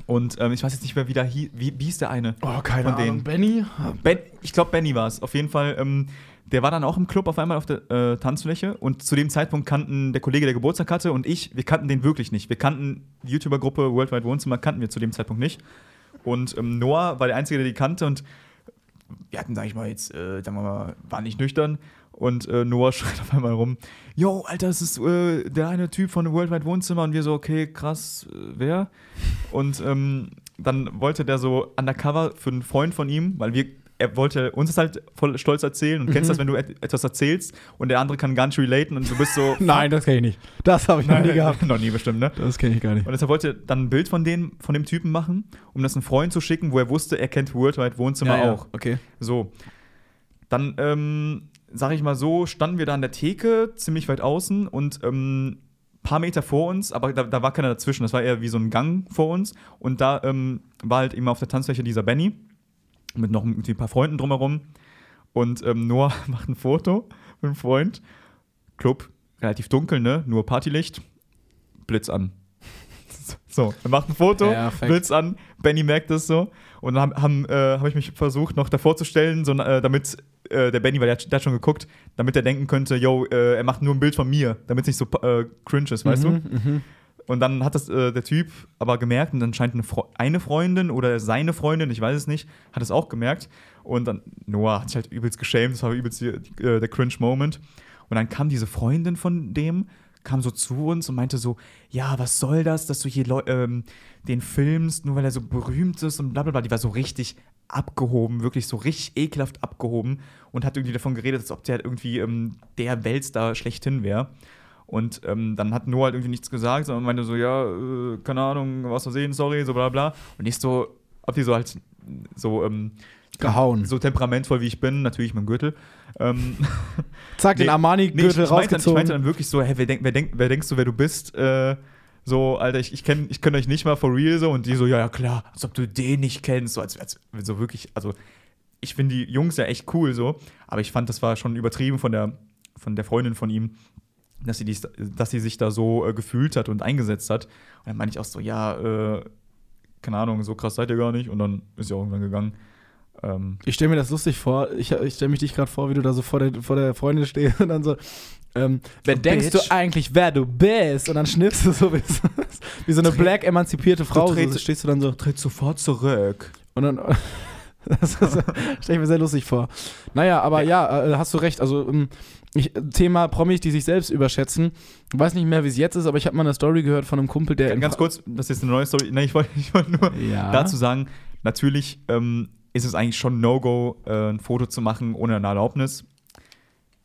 B: Und ähm, ich weiß jetzt nicht mehr, wie, da hie, wie, wie hieß der eine?
A: Oh, keine
B: Von denen.
A: Ahnung. Benny?
B: Ben, ich glaube, Benny war es. Auf jeden Fall. Ähm, der war dann auch im Club auf einmal auf der äh, Tanzfläche und zu dem Zeitpunkt kannten der Kollege, der Geburtstag hatte und ich, wir kannten den wirklich nicht. Wir kannten die YouTuber-Gruppe Worldwide Wohnzimmer, kannten wir zu dem Zeitpunkt nicht. Und ähm, Noah war der Einzige, der die kannte und wir hatten, sag ich mal, jetzt, äh, sagen wir mal, waren nicht nüchtern. Und äh, Noah schreit auf einmal rum, yo, Alter, das ist äh, der eine Typ von Worldwide Wohnzimmer. Und wir so, okay, krass, äh, wer? Und ähm, dann wollte der so undercover für einen Freund von ihm, weil wir, er wollte uns das halt voll stolz erzählen. Und
A: Mhm.
B: kennst das, wenn du et etwas erzählst und der andere kann gar nicht relaten und du bist so...
A: Nein, das kenne ich nicht. Das habe ich noch nie gehabt.
B: noch nie bestimmt, ne?
A: Das kenne ich gar nicht.
B: Und deshalb wollte er dann ein Bild von dem, von dem Typen machen, um das einem Freund zu schicken, wo er wusste, er kennt Worldwide Wohnzimmer auch.
A: Okay.
B: So. Dann, ähm, sag ich mal so, standen wir da an der Theke, ziemlich weit außen und ähm, paar Meter vor uns, aber da, da war keiner dazwischen. Das war eher wie so ein Gang vor uns. Und da ähm, war halt eben auf der Tanzfläche dieser Benny mit noch irgendwie ein paar Freunden drumherum. Und ähm, Noah macht ein Foto mit einem Freund. Club, relativ dunkel, ne? Nur Partylicht. Blitz an. So, er macht ein Foto,
A: Perfekt.
B: Blitz an. Benny merkt das so. Und dann habe haben, äh, hab ich mich versucht, noch davor zu stellen, so, äh, damit äh, der Benny, weil der, hat- der hat schon geguckt, damit er denken könnte, yo, äh, er macht nur ein Bild von mir, damit es nicht so äh, cringe ist, weißt du? Und dann hat das äh, der Typ aber gemerkt und dann scheint eine, Fre eine Freundin oder seine Freundin, ich weiß es nicht, hat es auch gemerkt. Und dann, Noah hat sich halt übelst geschämt, das war übelst die, die, äh, der Cringe-Moment. Und dann kam diese Freundin von dem, kam so zu uns und meinte so, ja, was soll das, dass du hier Leu ähm, den filmst, nur weil er so berühmt ist und bla bla bla. Die war so richtig abgehoben, wirklich so richtig ekelhaft abgehoben und hat irgendwie davon geredet, als ob der halt irgendwie ähm, der Weltstar schlechthin wäre. Und ähm, dann hat Noah halt irgendwie nichts gesagt, sondern meinte so, ja, äh, keine Ahnung, was versehen, sorry, so bla bla. Und ich so, hab die so halt so, ähm,
A: Gehauen.
B: so temperamentvoll wie ich bin, natürlich mit dem Gürtel. Ähm,
A: Zack, den
B: Nee, nee, ich,
A: Armani-Gürtel
B: ich meinte dann, ich
A: rausgezogen.
B: meinte dann wirklich so, hä, wer, denk, wer, denk, wer denkst du, wer du bist? Äh, so, Alter, ich, ich kenne ich kenn euch nicht mal for real so. Und die so, ja, ja, klar, als ob du den nicht kennst. So, als, als so wirklich, also ich finde die Jungs ja echt cool so. Aber ich fand, das war schon übertrieben von der, von der Freundin von ihm, dass sie, dies, dass sie sich da so äh, gefühlt hat und eingesetzt hat. Und dann meinte ich auch so, ja, äh, keine Ahnung, so krass seid ihr gar nicht. Und dann ist sie auch irgendwann gegangen. Ähm,
A: Ich stelle mir das lustig vor. Ich, ich stelle mich dich gerade vor, wie du da so vor der, vor der Freundin stehst und dann so. Ähm, wer
B: Bitch.
A: denkst du eigentlich, wer du bist? Und dann schnippst du so wie, so- wie so eine
B: Tre-
A: black emanzipierte Frau. So,
B: trittst-
A: so stehst du dann so.
B: tritt sofort zurück.
A: Und dann. Das stelle ich mir sehr lustig vor. Naja, aber ja, äh, hast du recht. Also, ähm, Ich, Thema Promis, die sich selbst überschätzen. Ich weiß nicht mehr, wie es jetzt ist, aber ich habe mal eine Story gehört von einem Kumpel, der. in-
B: Ganz kurz, das ist eine neue Story. Nein, ich wollte ich wollte nur
A: Ja.
B: dazu sagen, natürlich ähm, ist es eigentlich schon No-Go, äh, ein Foto zu machen ohne eine Erlaubnis.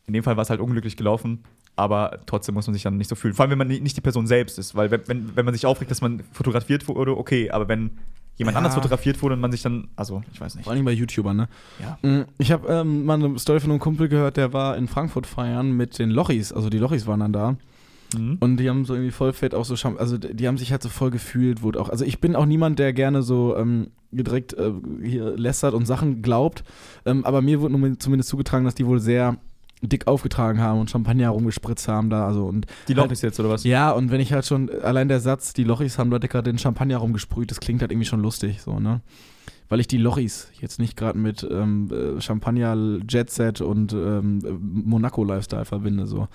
B: In dem Fall war es halt unglücklich gelaufen, aber trotzdem muss man sich dann nicht so fühlen. Vor allem, wenn man ni- nicht die Person selbst ist, weil wenn, wenn, wenn man sich aufregt, dass man fotografiert wurde, okay, aber wenn jemand
A: Ja.
B: anders fotografiert wurde und man sich dann, also ich weiß nicht.
A: Vor allem bei YouTubern, ne?
B: Ja.
A: Mm, Ich habe ähm, mal eine Story von einem Kumpel gehört, der war in Frankfurt feiern mit den Lochis. Also die Lochis waren dann da.
B: Mhm.
A: Und die haben so irgendwie voll fett auch so Scham also d- die haben sich halt so voll gefühlt, wurde auch. Also ich bin auch niemand, der gerne so ähm, direkt äh, hier lästert und Sachen glaubt. Ähm, aber mir wurde nun zumindest zugetragen, dass die wohl sehr dick aufgetragen haben und Champagner rumgespritzt haben da. Also und
B: Die Loch ist jetzt, oder was?
A: ja, und wenn ich halt schon, allein der Satz, die Lochis haben dort gerade den Champagner rumgesprüht, das klingt halt irgendwie schon lustig, so, ne? Weil ich die Lochis jetzt nicht gerade mit ähm, äh, Champagner, Jet Set und ähm, Monaco-Lifestyle verbinde, so.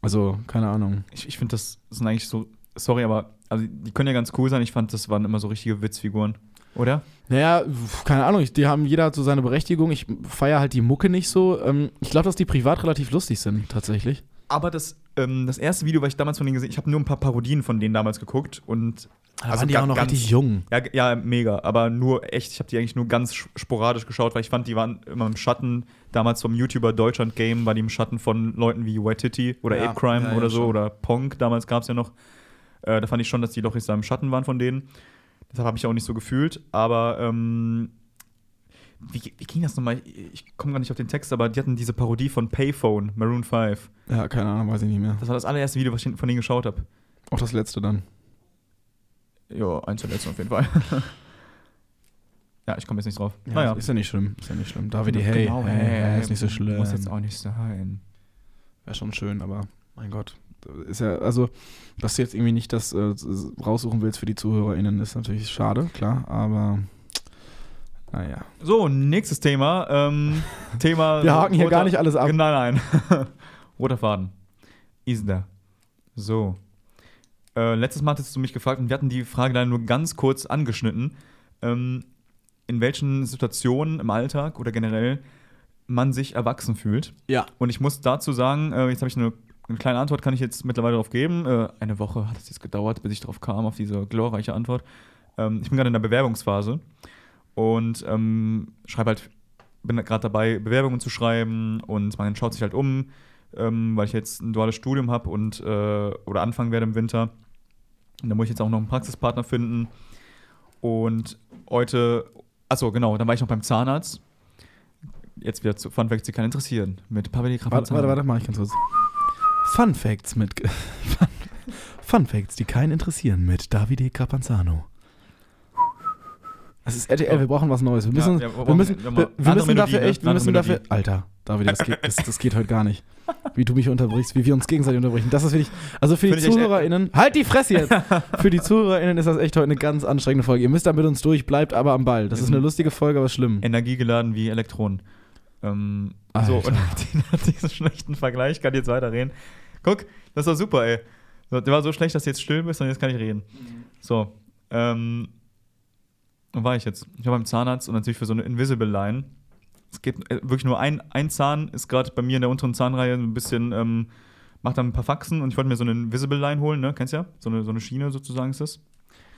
A: Also, keine Ahnung.
B: Ich, ich finde, das sind eigentlich so, sorry, aber also, die können ja ganz cool sein. Ich fand, das waren immer so richtige Witzfiguren, oder?
A: Naja, pf, keine Ahnung, ich, die haben jeder hat so seine Berechtigung. Ich feiere halt die Mucke nicht so. Ähm, ich glaube, dass die privat relativ lustig sind, tatsächlich.
B: Aber das, ähm, das erste Video, was ich damals von denen gesehen habe, ich habe nur ein paar Parodien von denen damals geguckt und
A: Da
B: Also
A: waren die
B: ga-
A: auch noch
B: ganz-
A: richtig jung.
B: ja, g- ja, mega. Aber nur echt, ich habe die eigentlich nur ganz sch- sporadisch geschaut, weil ich fand, die waren immer im Schatten. Damals vom YouTuber Deutschland Game war die im Schatten von Leuten wie Waititi oder
A: Ja,
B: Ape Crime
A: ja, ja,
B: oder so
A: schon.
B: oder Pong. Damals gab es ja noch. Äh, da fand ich schon, dass die doch jetzt da im Schatten waren von denen. Deshalb habe ich auch nicht so gefühlt. Aber ähm, wie, ge- wie ging das nochmal? Ich- Ich komme gar nicht auf den Text, aber die hatten diese Parodie von Payphone, Maroon 5.
A: Ja, keine Ahnung, weiß ich nicht mehr.
B: Das war das allererste Video, was ich von denen geschaut habe.
A: Auch das letzte dann.
B: Ja, eins der letzten auf jeden Fall. ja, ich komme jetzt nicht drauf.
A: Ja,
B: naja.
A: Ist ja nicht schlimm. Ist ja nicht schlimm. David, hey,
B: Genau,
A: hey, hey, ist nicht so schlimm.
B: Muss jetzt auch nicht sein.
A: Wäre schon schön, aber mein Gott. Ist ja, also, dass du jetzt irgendwie nicht das äh, s- raussuchen willst für die ZuhörerInnen, ist natürlich schade, klar, aber naja.
B: So, nächstes Thema. Ähm, Thema.
A: Wir haken hier
B: roter-
A: gar nicht alles ab.
B: Nein, nein. Roter Faden. Ist da. So. Äh, letztes Mal hattest du mich gefragt und wir hatten die Frage leider nur ganz kurz angeschnitten. Ähm, in welchen Situationen im Alltag oder generell man sich erwachsen fühlt.
A: Ja.
B: Und ich muss dazu sagen, äh, jetzt habe ich eine, eine kleine Antwort, kann ich jetzt mittlerweile darauf geben. Äh, eine Woche hat es jetzt gedauert, bis ich darauf kam, auf diese glorreiche Antwort. Ähm, ich bin gerade in der Bewerbungsphase und ähm, schreibe halt, bin gerade dabei, Bewerbungen zu schreiben und man schaut sich halt um, ähm, weil ich jetzt ein duales Studium habe und äh, oder anfangen werde im Winter. Und da muss ich jetzt auch noch einen Praxispartner finden. Und heute, achso, genau, dann war ich noch beim Zahnarzt. Jetzt wieder zu Fun Facts, die kann interessieren. Mit Pavel
A: Warte, warte, warte, mach ich ganz kurz. Fun Facts mit. Fun- Fun Facts, die keinen interessieren, mit Davide Capanzano. Das ist RTL, wir brauchen was Neues. Wir
B: Ja,
A: müssen,
B: ja, wir
A: wir
B: brauchen-
A: müssen,
B: ja, mal
A: wir, wir
B: andere
A: müssen
B: Melodie,
A: dafür
B: ne?
A: echt, wir
B: Andere
A: müssen dafür.
B: Melodie.
A: Alter, David, das geht, das, das geht heute gar nicht. Wie du mich unterbrichst, wie wir uns gegenseitig unterbrechen. Das ist wirklich. Also für die
B: Finde ich echt-
A: ZuhörerInnen. Halt die Fresse jetzt! Für die ZuhörerInnen ist das echt heute eine ganz anstrengende Folge. Ihr müsst da mit uns durch, bleibt aber am Ball. Das ist eine
B: Mhm.
A: lustige Folge, aber schlimm.
B: Energiegeladen wie Elektronen. Ähm,
A: Alter.
B: so, und nach diesem schlechten Vergleich kann ich jetzt weiterreden. Guck, das war super, ey. So, Der war so schlecht, dass du jetzt still bist und jetzt kann ich reden. So, ähm, wo war ich jetzt? Ich war beim Zahnarzt und natürlich für so eine Invisible Line. Es geht äh, wirklich nur ein, ein Zahn, ist gerade bei mir in der unteren Zahnreihe ein bisschen, ähm, macht dann ein paar Faxen und ich wollte mir so eine Invisible Line holen, ne? Kennst du ja? So eine, so eine Schiene sozusagen ist das.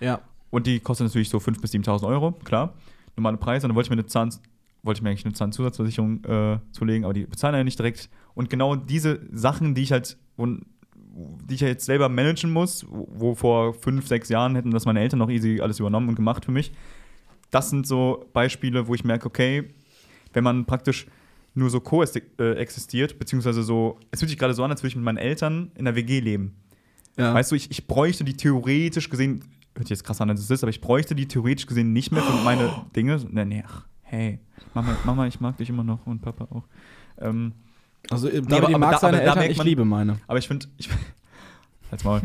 A: Ja.
B: Und die kostet natürlich so 5.000 bis 7.000 Euro, klar. Normale Preise. Und dann wollte ich mir, eine Zahn, wollte ich mir eigentlich eine Zahnzusatzversicherung äh, zulegen, aber die bezahlen ja nicht direkt. Und genau diese Sachen, die ich halt, wo, die ich ja jetzt selber managen muss, wo, wo vor fünf, sechs Jahren hätten das meine Eltern noch easy alles übernommen und gemacht für mich, das sind so Beispiele, wo ich merke, okay, wenn man praktisch nur so co-existiert, beziehungsweise so, es fühlt sich gerade so an, als würde ich mit meinen Eltern in der WG leben.
A: ja.
B: Weißt du, ich, ich bräuchte die theoretisch gesehen, hört sich jetzt krass an, als es ist, aber ich bräuchte die theoretisch gesehen nicht mehr
A: Oh.
B: für meine Dinge. Nee, nee, ach, hey, Mama, Mama, ich mag dich immer noch und Papa auch. Ähm,
A: also, David
B: aber- aber
A: mag
B: da-
A: seine
B: aber da
A: Eltern,
B: merkt
A: ich
B: man-
A: liebe meine.
B: aber ich finde, ich, halt's Maul.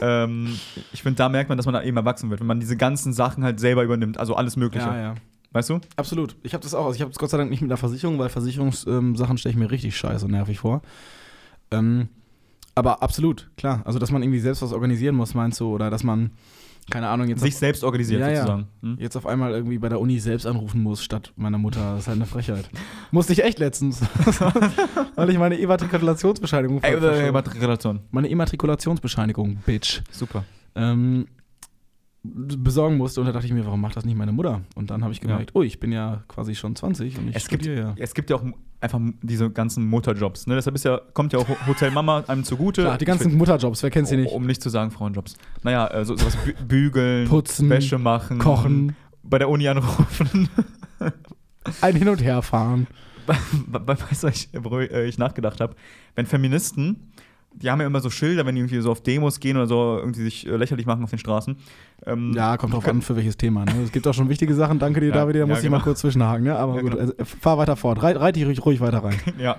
B: ähm, ich finde, da merkt man, dass man da eben erwachsen wird, wenn man diese ganzen Sachen halt selber übernimmt, also alles Mögliche.
A: ja.
B: Weißt du?
A: Absolut. Ich habe das auch. Also ich habe es Gott sei Dank nicht mit einer Versicherung, weil Versicherungssachen ähm, stelle ich mir richtig scheiße und nervig vor. Ähm, aber absolut, klar. Also, dass man irgendwie selbst was organisieren muss, meinst du? Oder dass man keine Ahnung, jetzt,
B: sich
A: auf,
B: selbst organisiert
A: Ja, ja.
B: sozusagen. Hm?
A: jetzt auf einmal irgendwie bei der Uni selbst anrufen muss, statt meiner Mutter. Das ist halt eine Frechheit. Musste ich echt letztens. Weil ich meine Immatrikulationsbescheinigung
B: Ey,
A: ver-
B: äh,
A: verschoben-
B: Relation.
A: Meine Immatrikulationsbescheinigung, Bitch.
B: Super.
A: ähm, besorgen musste. Und da dachte ich mir, warum macht das nicht meine Mutter? Und dann habe ich gemerkt, oh, ich bin ja quasi schon 20 und ich
B: Es gibt,
A: studiere ja.
B: es gibt ja auch einfach diese ganzen Mutterjobs. Ne? Deshalb ist ja, kommt ja auch Ho- Hotel Mama einem zugute.
A: Klar, die ganzen Mutterjobs, wer kennt sie nicht?
B: Um nicht zu sagen Frauenjobs. Naja, äh, so, sowas bü- bügeln,
A: Putzen,
B: Wäsche
A: oh,
B: machen,
A: Kochen,
B: bei der Uni anrufen.
A: ein Hin- und Herfahren.
B: Weil, weißt du, ich, worüber äh, ich nachgedacht habe, wenn Feministen, die haben ja immer so Schilder, wenn die irgendwie so auf Demos gehen oder so, irgendwie sich äh, lächerlich machen auf den Straßen. Ähm,
A: Ja, kommt drauf
B: Kön-
A: an, für welches Thema. Ne? Es gibt auch schon wichtige Sachen. Danke dir,
B: Ja,
A: David, da
B: ja,
A: muss ich
B: genau.
A: mal kurz zwischenhaken. Ne? Aber
B: Ja,
A: gut,
B: genau.
A: also, äh, fahr weiter fort. Reit, reit dich ruhig, ruhig weiter rein.
B: Ja.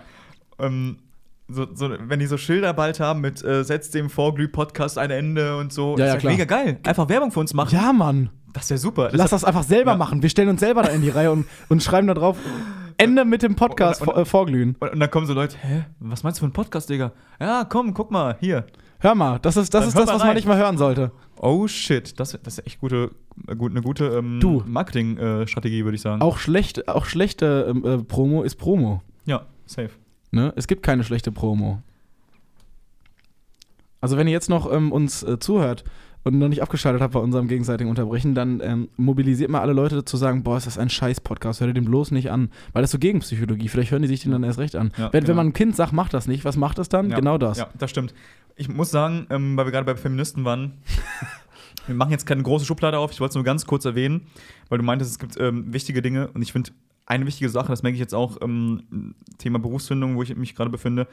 B: Ähm, so, so, wenn die so Schilder bald haben mit äh, setzt dem Vorglüh-Podcast ein Ende und so,
A: Ja, ja,
B: ist
A: klar.
B: mega geil. Einfach Werbung für uns machen.
A: Ja, Mann,
B: Das wäre super.
A: lass das einfach selber
B: Ja.
A: machen. Wir stellen uns selber da in die Reihe und, und schreiben da drauf, Ende mit dem Podcast
B: Und- und-
A: vor- äh, vorglühen.
B: und, und dann kommen so Leute, hä, was meinst du für ein Podcast, Digga? Ja, komm, guck mal, hier.
A: Hör mal, das ist das,
B: Dann
A: ist
B: hör
A: das
B: mal
A: was man
B: rein.
A: nicht mal hören sollte.
B: Oh shit, das, das ist echt gute, äh, gut, eine gute ähm,
A: Du.
B: Marketing-Strategie, würde ich sagen.
A: Auch schlecht, auch schlechte ähm, äh, Promo ist Promo.
B: Ja, safe.
A: Ne? Es gibt keine schlechte Promo. Also wenn ihr jetzt noch ähm, uns äh, zuhört und noch nicht abgeschaltet habt bei unserem gegenseitigen Unterbrechen, dann ähm, mobilisiert mal alle Leute zu sagen, boah, ist das ein Scheiß-Podcast, hört ihr den bloß nicht an. Weil das ist so Gegenpsychologie, vielleicht hören die sich den dann erst recht an.
B: Ja,
A: wenn, wenn
B: genau.
A: man ein Kind sagt, macht das nicht, was macht es dann?
B: Ja,
A: Genau das.
B: Ja, das stimmt. Ich muss sagen, ähm, weil wir gerade bei Feministen waren, wir machen jetzt keine große Schublade auf. Ich wollte es nur ganz kurz erwähnen, weil du meintest, es gibt ähm, wichtige Dinge. Und ich finde, eine wichtige Sache, das merke ich jetzt auch, ähm, Thema Berufsfindung, wo ich mich gerade befinde,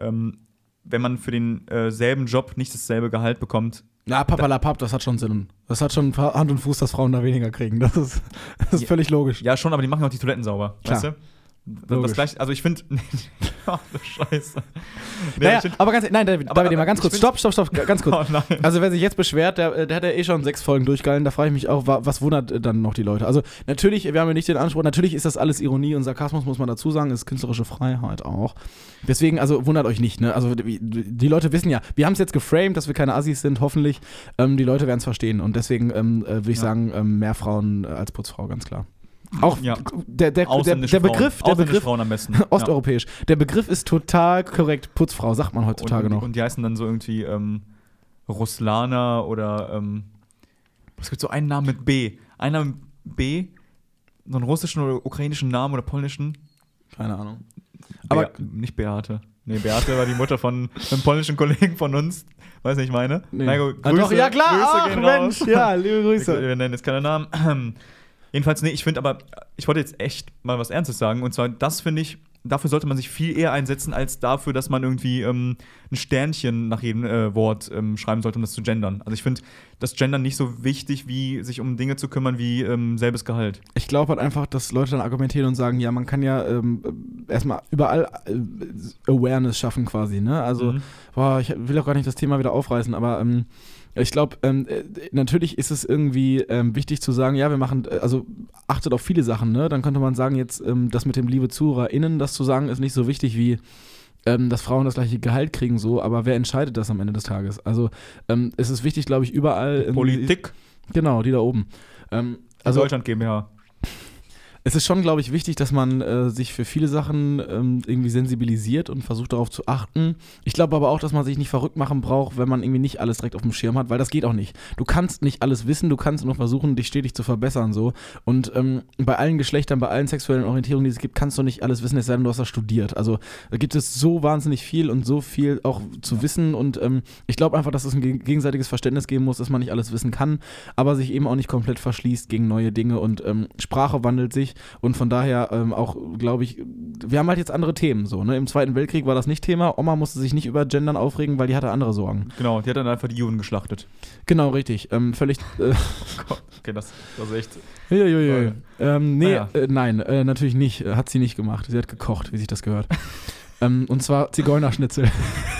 B: ähm, wenn man für denselben äh, selben Job nicht dasselbe Gehalt bekommt.
A: Na, papalapap, das hat schon Sinn. Das hat schon Hand und Fuß, dass Frauen da weniger kriegen. Das ist, das ist
B: Ja.
A: völlig logisch.
B: Ja, schon, aber die machen auch die Toiletten sauber.
A: Klar.
B: Weißt du?
A: Logisch.
B: Das gleiche, also ich finde. Ach, du Scheiße. Nee,
A: naja,
B: ich find-
A: aber ganz, nein, David,
B: Aber-
A: David
B: aber
A: mal ganz
B: ich
A: kurz. Stopp,
B: find-
A: stopp, stopp, ganz kurz.
B: oh nein.
A: Also wer sich jetzt beschwert, der, äh, der hat ja eh schon sechs Folgen durchgehalten. Da frage ich mich auch, wa- was wundert äh, dann noch die Leute? Also natürlich, wir haben ja nicht den Anspruch, natürlich ist das alles Ironie und Sarkasmus, muss man dazu sagen, ist künstlerische Freiheit auch. Deswegen, also wundert euch nicht. Ne? Also die, die Leute wissen ja, wir haben es jetzt geframed, dass wir keine Assis sind, hoffentlich. Ähm, die Leute werden es verstehen und deswegen ähm, äh, würde ich
B: Ja.
A: sagen, ähm, mehr Frauen äh, als Putzfrau, ganz klar. Auch
B: Ja.
A: der, der, der,
B: Ausländische
A: der Begriff,
B: Frauen.
A: der
B: Ausländische
A: Begriff
B: Frauen am besten. Ja.
A: osteuropäisch, der Begriff ist total korrekt. Putzfrau sagt man heutzutage
B: und,
A: noch.
B: Und die heißen dann so irgendwie ähm, Ruslana oder ähm, es gibt so einen Namen mit B. Einen Namen mit B, so einen russischen oder ukrainischen Namen oder polnischen.
A: Keine Ahnung.
B: Aber
A: Aber-
B: nicht Beate. Nee, Beate war die Mutter von einem polnischen Kollegen von uns. Weiß nicht, meine.
A: Nee.
B: Na gut,
A: Ah, doch, ja klar,
B: Grüße
A: ach
B: gehen
A: Mensch,
B: raus.
A: ja, liebe
B: Wir,
A: Grüße.
B: wir nennen jetzt keine Namen. Jedenfalls, nee, ich finde aber, ich wollte jetzt echt mal was Ernstes sagen. Und zwar, das finde ich, dafür sollte man sich viel eher einsetzen, als dafür, dass man irgendwie ähm, ein Sternchen nach jedem äh, Wort ähm, schreiben sollte, um das zu gendern. Also ich finde das Gendern nicht so wichtig, wie sich um Dinge zu kümmern wie ähm, selbes Gehalt.
A: Ich glaube halt einfach, dass Leute dann argumentieren und sagen, ja, man kann ja ähm, erstmal überall äh, Awareness schaffen quasi, ne? Also,
B: Mhm.
A: boah, ich will auch gar nicht das Thema wieder aufreißen, aber ähm, ich glaube, ähm, äh, natürlich ist es irgendwie ähm, wichtig zu sagen, ja, wir machen, äh, also achtet auf viele Sachen, ne? Dann könnte man sagen, jetzt ähm, das mit dem liebe ZuhörerInnen, das zu sagen, ist nicht so wichtig wie ähm, dass Frauen das gleiche Gehalt kriegen, so, aber wer entscheidet das am Ende des Tages? Also ähm, es ist wichtig, glaube ich, überall. irgendwie-
B: Politik,
A: Genau, die da oben. Ähm, also
B: also, Deutschland GmbH.
A: es ist schon, glaube ich, wichtig, dass man äh, sich für viele Sachen ähm, irgendwie sensibilisiert und versucht darauf zu achten. Ich glaube aber auch, dass man sich nicht verrückt machen braucht, wenn man irgendwie nicht alles direkt auf dem Schirm hat, weil das geht auch nicht. Du kannst nicht alles wissen, du kannst nur versuchen, dich stetig zu verbessern so. Und ähm, bei allen Geschlechtern, bei allen sexuellen Orientierungen, die es gibt, kannst du nicht alles wissen, es sei denn, du hast das studiert. Also da gibt es so wahnsinnig viel und so viel auch zu wissen. Und ähm, ich glaube einfach, dass es ein geg- gegenseitiges Verständnis geben muss, dass man nicht alles wissen kann, aber sich eben auch nicht komplett verschließt gegen neue Dinge. Und ähm, Sprache wandelt sich. Und von daher ähm, auch, glaube ich, wir haben halt jetzt andere Themen so. Ne? Im Zweiten Weltkrieg war das nicht Thema. Oma musste sich nicht über Gendern aufregen, weil die hatte andere Sorgen.
B: Genau, die hat dann einfach die Juden geschlachtet.
A: Genau, richtig. Ähm, völlig. Äh,
B: Gott, okay, das, das ist echt.
A: Uiuiui. Ähm, nee,
B: Naja.
A: äh, nein, äh, natürlich nicht. Äh, Hat sie nicht gemacht. Sie hat gekocht, wie sich das gehört. ähm, und zwar Zigeunerschnitzel.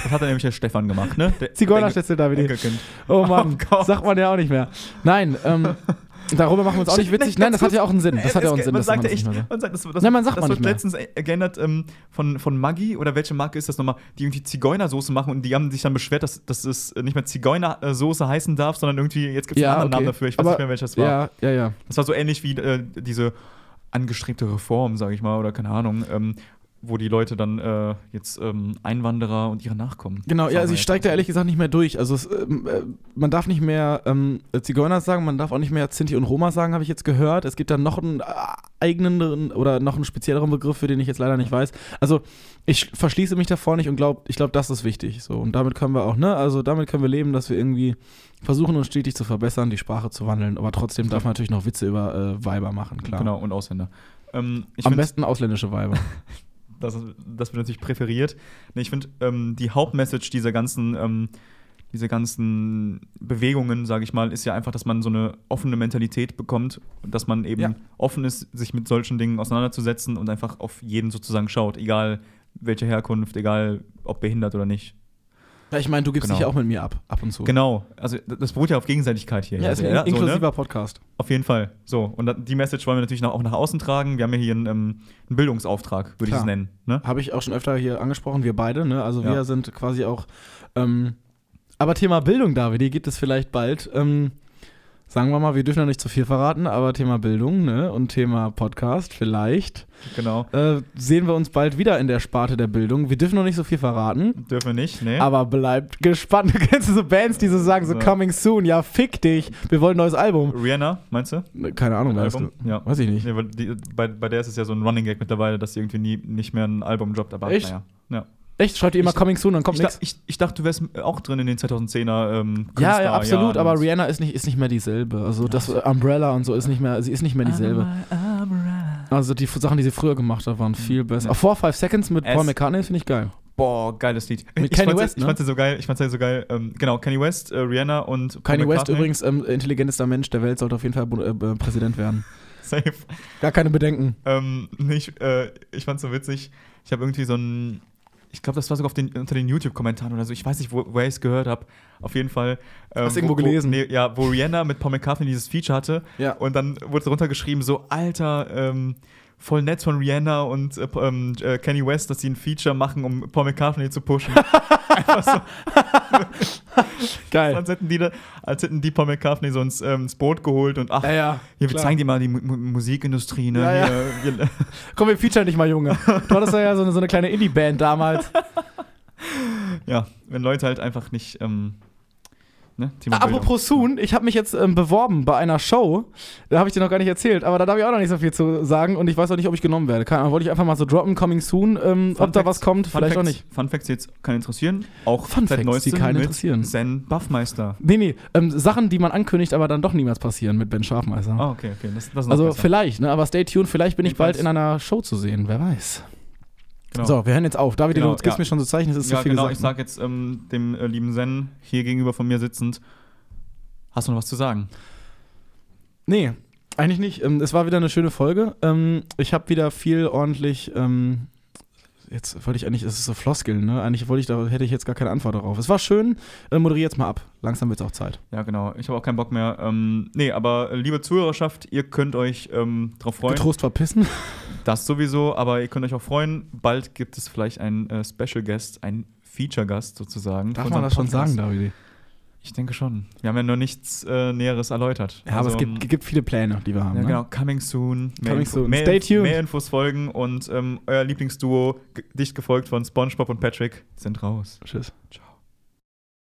B: Das hat dann nämlich der Stefan gemacht, ne? Der-
A: Zigeunerschnitzel,
B: der Enkel-
A: David.
B: Enkelkind.
A: Oh Mann,
B: Oh Gott.
A: sagt man ja auch nicht mehr. Nein, ähm, Darüber machen wir uns auch nicht
B: Shit,
A: witzig. Nein,
B: nein,
A: das
B: ganz
A: hat ja auch einen Sinn. Das hat ja auch einen
B: Äh, Es-
A: Sinn.
B: Man
A: dass man
B: sagt
A: das
B: ja
A: nicht
B: echt,
A: mehr so-
B: man sagt, das, das,
A: Nein, man sagt
B: das
A: man
B: wird
A: nicht mehr.
B: letztens äh, geändert ähm, von, von Maggi oder welche Marke ist das nochmal, die irgendwie Zigeunersoße machen und die haben sich dann beschwert, dass, dass es nicht mehr Zigeunersoße heißen darf, sondern irgendwie, jetzt gibt es einen anderen Namen
A: okay.
B: dafür, ich weiß
A: Aber-
B: nicht mehr, welches das war.
A: Ja, ja, ja.
B: Das war so ähnlich wie äh, diese angestrebte Reform, sage ich mal, oder keine Ahnung, ähm, wo die Leute dann äh, jetzt ähm, Einwanderer und ihre Nachkommen.
A: Genau, ja, also ich
B: verheiraten.
A: steige da ehrlich gesagt nicht mehr durch. Also es, ähm, äh, man darf nicht mehr ähm, Zigeuner sagen, man darf auch nicht mehr Sinti und Roma sagen, habe ich jetzt gehört. Es gibt dann noch einen äh, eigenen oder noch einen spezielleren Begriff, für den ich jetzt leider nicht weiß. Also ich verschließe mich davor nicht und glaube, ich glaube, das ist wichtig. So und damit können wir auch, ne, also damit können wir leben, dass wir irgendwie versuchen uns stetig zu verbessern, die Sprache zu wandeln, aber trotzdem darf man natürlich noch Witze über äh, Weiber machen, klar.
B: Genau, und Ausländer. Ähm, ich
A: Am
B: find-
A: besten ausländische Weiber.
B: das, ist- das wird natürlich präferiert. Nee, ich finde, ähm, die Hauptmessage dieser ganzen, ähm, diese ganzen Bewegungen, sage ich mal, ist ja einfach, dass man so eine offene Mentalität bekommt und dass man eben
A: Ja.
B: offen ist, sich mit solchen Dingen auseinanderzusetzen und einfach auf jeden sozusagen schaut, egal welche Herkunft, egal ob behindert oder nicht.
A: ja, ich meine, du gibst
B: Genau.
A: dich ja auch mit mir ab, ab und zu.
B: Genau, also d- das beruht ja auf Gegenseitigkeit hier.
A: Ja, ist ein
B: ja, so,
A: inklusiver
B: ne?
A: Podcast.
B: Auf jeden Fall. So, und da- die Message wollen wir natürlich nach- auch nach außen tragen. Wir haben ja hier einen, ähm, einen Bildungsauftrag, würde ich
A: Klar.
B: es nennen. Ne?
A: Habe ich auch schon öfter hier angesprochen, wir beide, ne? Also
B: Ja.
A: wir sind quasi auch. Ähm, aber Thema Bildung, David, hier geht es vielleicht bald. Ähm, sagen wir mal, wir dürfen ja nicht zu viel verraten, aber Thema Bildung, ne? Und Thema Podcast, vielleicht.
B: Genau.
A: Äh, sehen wir uns bald wieder in der Sparte der Bildung. Wir dürfen noch nicht so viel verraten.
B: Dürfen wir nicht, ne?
A: Aber bleibt gespannt. Du kennst so Bands, die so sagen, so
B: Ja.
A: coming soon, ja, fick dich. Wir wollen ein neues Album.
B: Rihanna, meinst du?
A: Keine Ahnung, weißt Oh, du.
B: Album? Ja.
A: Weiß ich nicht.
B: Nee, weil die, bei, bei der ist es ja so ein Running Gag mittlerweile, dass sie irgendwie nie, nicht mehr ein Album droppt, aber
A: Echt?
B: naja. Ja.
A: Echt, schreibt ihr immer
B: Ich-
A: coming soon, dann kommt
B: Ich, dach-
A: nichts.
B: ich, ich dachte, du wärst auch drin in den 2010er
A: Ja,
B: ähm,
A: ja,
B: Künstlerjahren.
A: absolut, aber Rihanna ist nicht, ist nicht mehr dieselbe. Also das äh, Umbrella und so ist nicht mehr, sie ist nicht mehr dieselbe. Also die F- Sachen, die sie früher gemacht hat, waren viel besser. Auch 4 5 Seconds mit
B: Es-
A: Paul McCartney finde ich geil.
B: Boah, geiles Lied.
A: Mit
B: ich
A: Kanye
B: fand's-
A: West,
B: ich
A: ne?
B: fand's ja so geil, ich fand's ja so geil. Ähm, genau, Kanye West, äh, Rihanna und Paul
A: Kanye West
B: McCartney.
A: übrigens, ähm, intelligentester Mensch der Welt, sollte auf jeden Fall Bu- äh, äh, Präsident werden.
B: Safe.
A: Gar keine Bedenken.
B: Ähm, nicht, äh, ich fand's so witzig. Ich habe irgendwie so ein. Ich glaube, das war sogar auf den, unter den YouTube-Kommentaren oder so. Ich weiß nicht, wo, woher ich es gehört habe. Auf jeden Fall. Ähm,
A: Hast du irgendwo
B: wo,
A: gelesen?
B: Wo, nee, ja, wo Rihanna mit Paul McCartney dieses Feature hatte.
A: Ja.
B: Und dann wurde darunter geschrieben, so, Alter, ähm, voll nett von Rihanna und äh, ähm, äh, Kanye West, dass sie ein Feature machen, um Paul McCartney zu pushen.
A: Geil.
B: als, hätten die da, als hätten die Paul McCartney so ins, ähm, ins Boot geholt und ach,
A: Ja, ja.
B: hier, wir
A: Äh, klar.
B: zeigen dir mal die Mu Mu Musikindustrie, ne?
A: Ja, ja.
B: Hier, wir,
A: Komm, wir featuren dich mal, Junge. Du hattest ja so eine, so eine kleine Indie-Band damals.
B: Ja, wenn Leute halt einfach nicht. Ähm, ne, Thema Bildung.
A: Äh, Apropos Soon, ich habe mich jetzt ähm, beworben bei einer Show. Da habe ich dir noch gar nicht erzählt, aber da darf ich auch noch nicht so viel zu sagen und ich weiß auch nicht, ob ich genommen werde. Keine Ahnung, wollte ich einfach mal so droppen, coming soon, ähm,
B: Fun
A: ob da
B: Facts.
A: was kommt,
B: Fun
A: vielleicht auch
B: Facts,
A: nicht.
B: Fun Facts, die jetzt keinen interessieren. Auch
A: Fun Facts,
B: seit
A: die
B: Neuestem
A: keinen
B: mit
A: interessieren.
B: Zen Buffmeister.
A: Nee, nee, ähm, Sachen, die man ankündigt, aber dann doch niemals passieren mit Ben Schafmeister.
B: Ah, okay, okay. Das, das ist noch
A: also
B: besser.
A: vielleicht, ne? aber stay tuned, vielleicht bin ich bald
B: Jedenfalls-
A: in einer Show zu sehen, wer weiß.
B: Genau.
A: So, wir hören jetzt auf. David,
B: Genau,
A: du gibst
B: ja.
A: mir schon so Zeichen, es ist
B: ja,
A: zu viel
B: genau. Ich
A: gesagt. ne?
B: sag jetzt ähm, dem äh, lieben Zen hier gegenüber von mir sitzend: Hast du noch was zu sagen?
A: Nee, eigentlich nicht. Ähm, Es war wieder eine schöne Folge. Ähm, Ich habe wieder viel ordentlich. ähm, Jetzt wollte ich eigentlich, es ist so Floskeln, ne? Eigentlich wollte ich da, hätte ich jetzt gar keine Antwort darauf. Es war schön, äh, moderiere jetzt mal ab. Langsam wird es auch Zeit.
B: Ja, genau. Ich habe auch keinen Bock mehr. Ähm, nee, aber äh, liebe Zuhörerschaft, ihr könnt euch ähm, drauf freuen.
A: Getrost verpissen.
B: Das sowieso, aber ihr könnt euch auch freuen. Bald gibt es vielleicht einen äh, Special Guest, einen Feature-Gast sozusagen.
A: Darf
B: für
A: man
B: unseren
A: das schon
B: Podcast.
A: sagen, David?
B: Ich denke schon. Wir haben ja noch nichts äh, Näheres erläutert.
A: Ja, aber
B: Also,
A: es gibt, gibt viele Pläne, die wir haben.
B: Ja,
A: ne?
B: genau, coming soon.
A: Coming
B: Info-
A: soon.
B: Mehr,
A: Stay
B: Inf-
A: tuned.
B: mehr Infos folgen und ähm, euer Lieblingsduo, g- dicht gefolgt von SpongeBob und Patrick, sind raus.
A: Tschüss.
B: Ciao.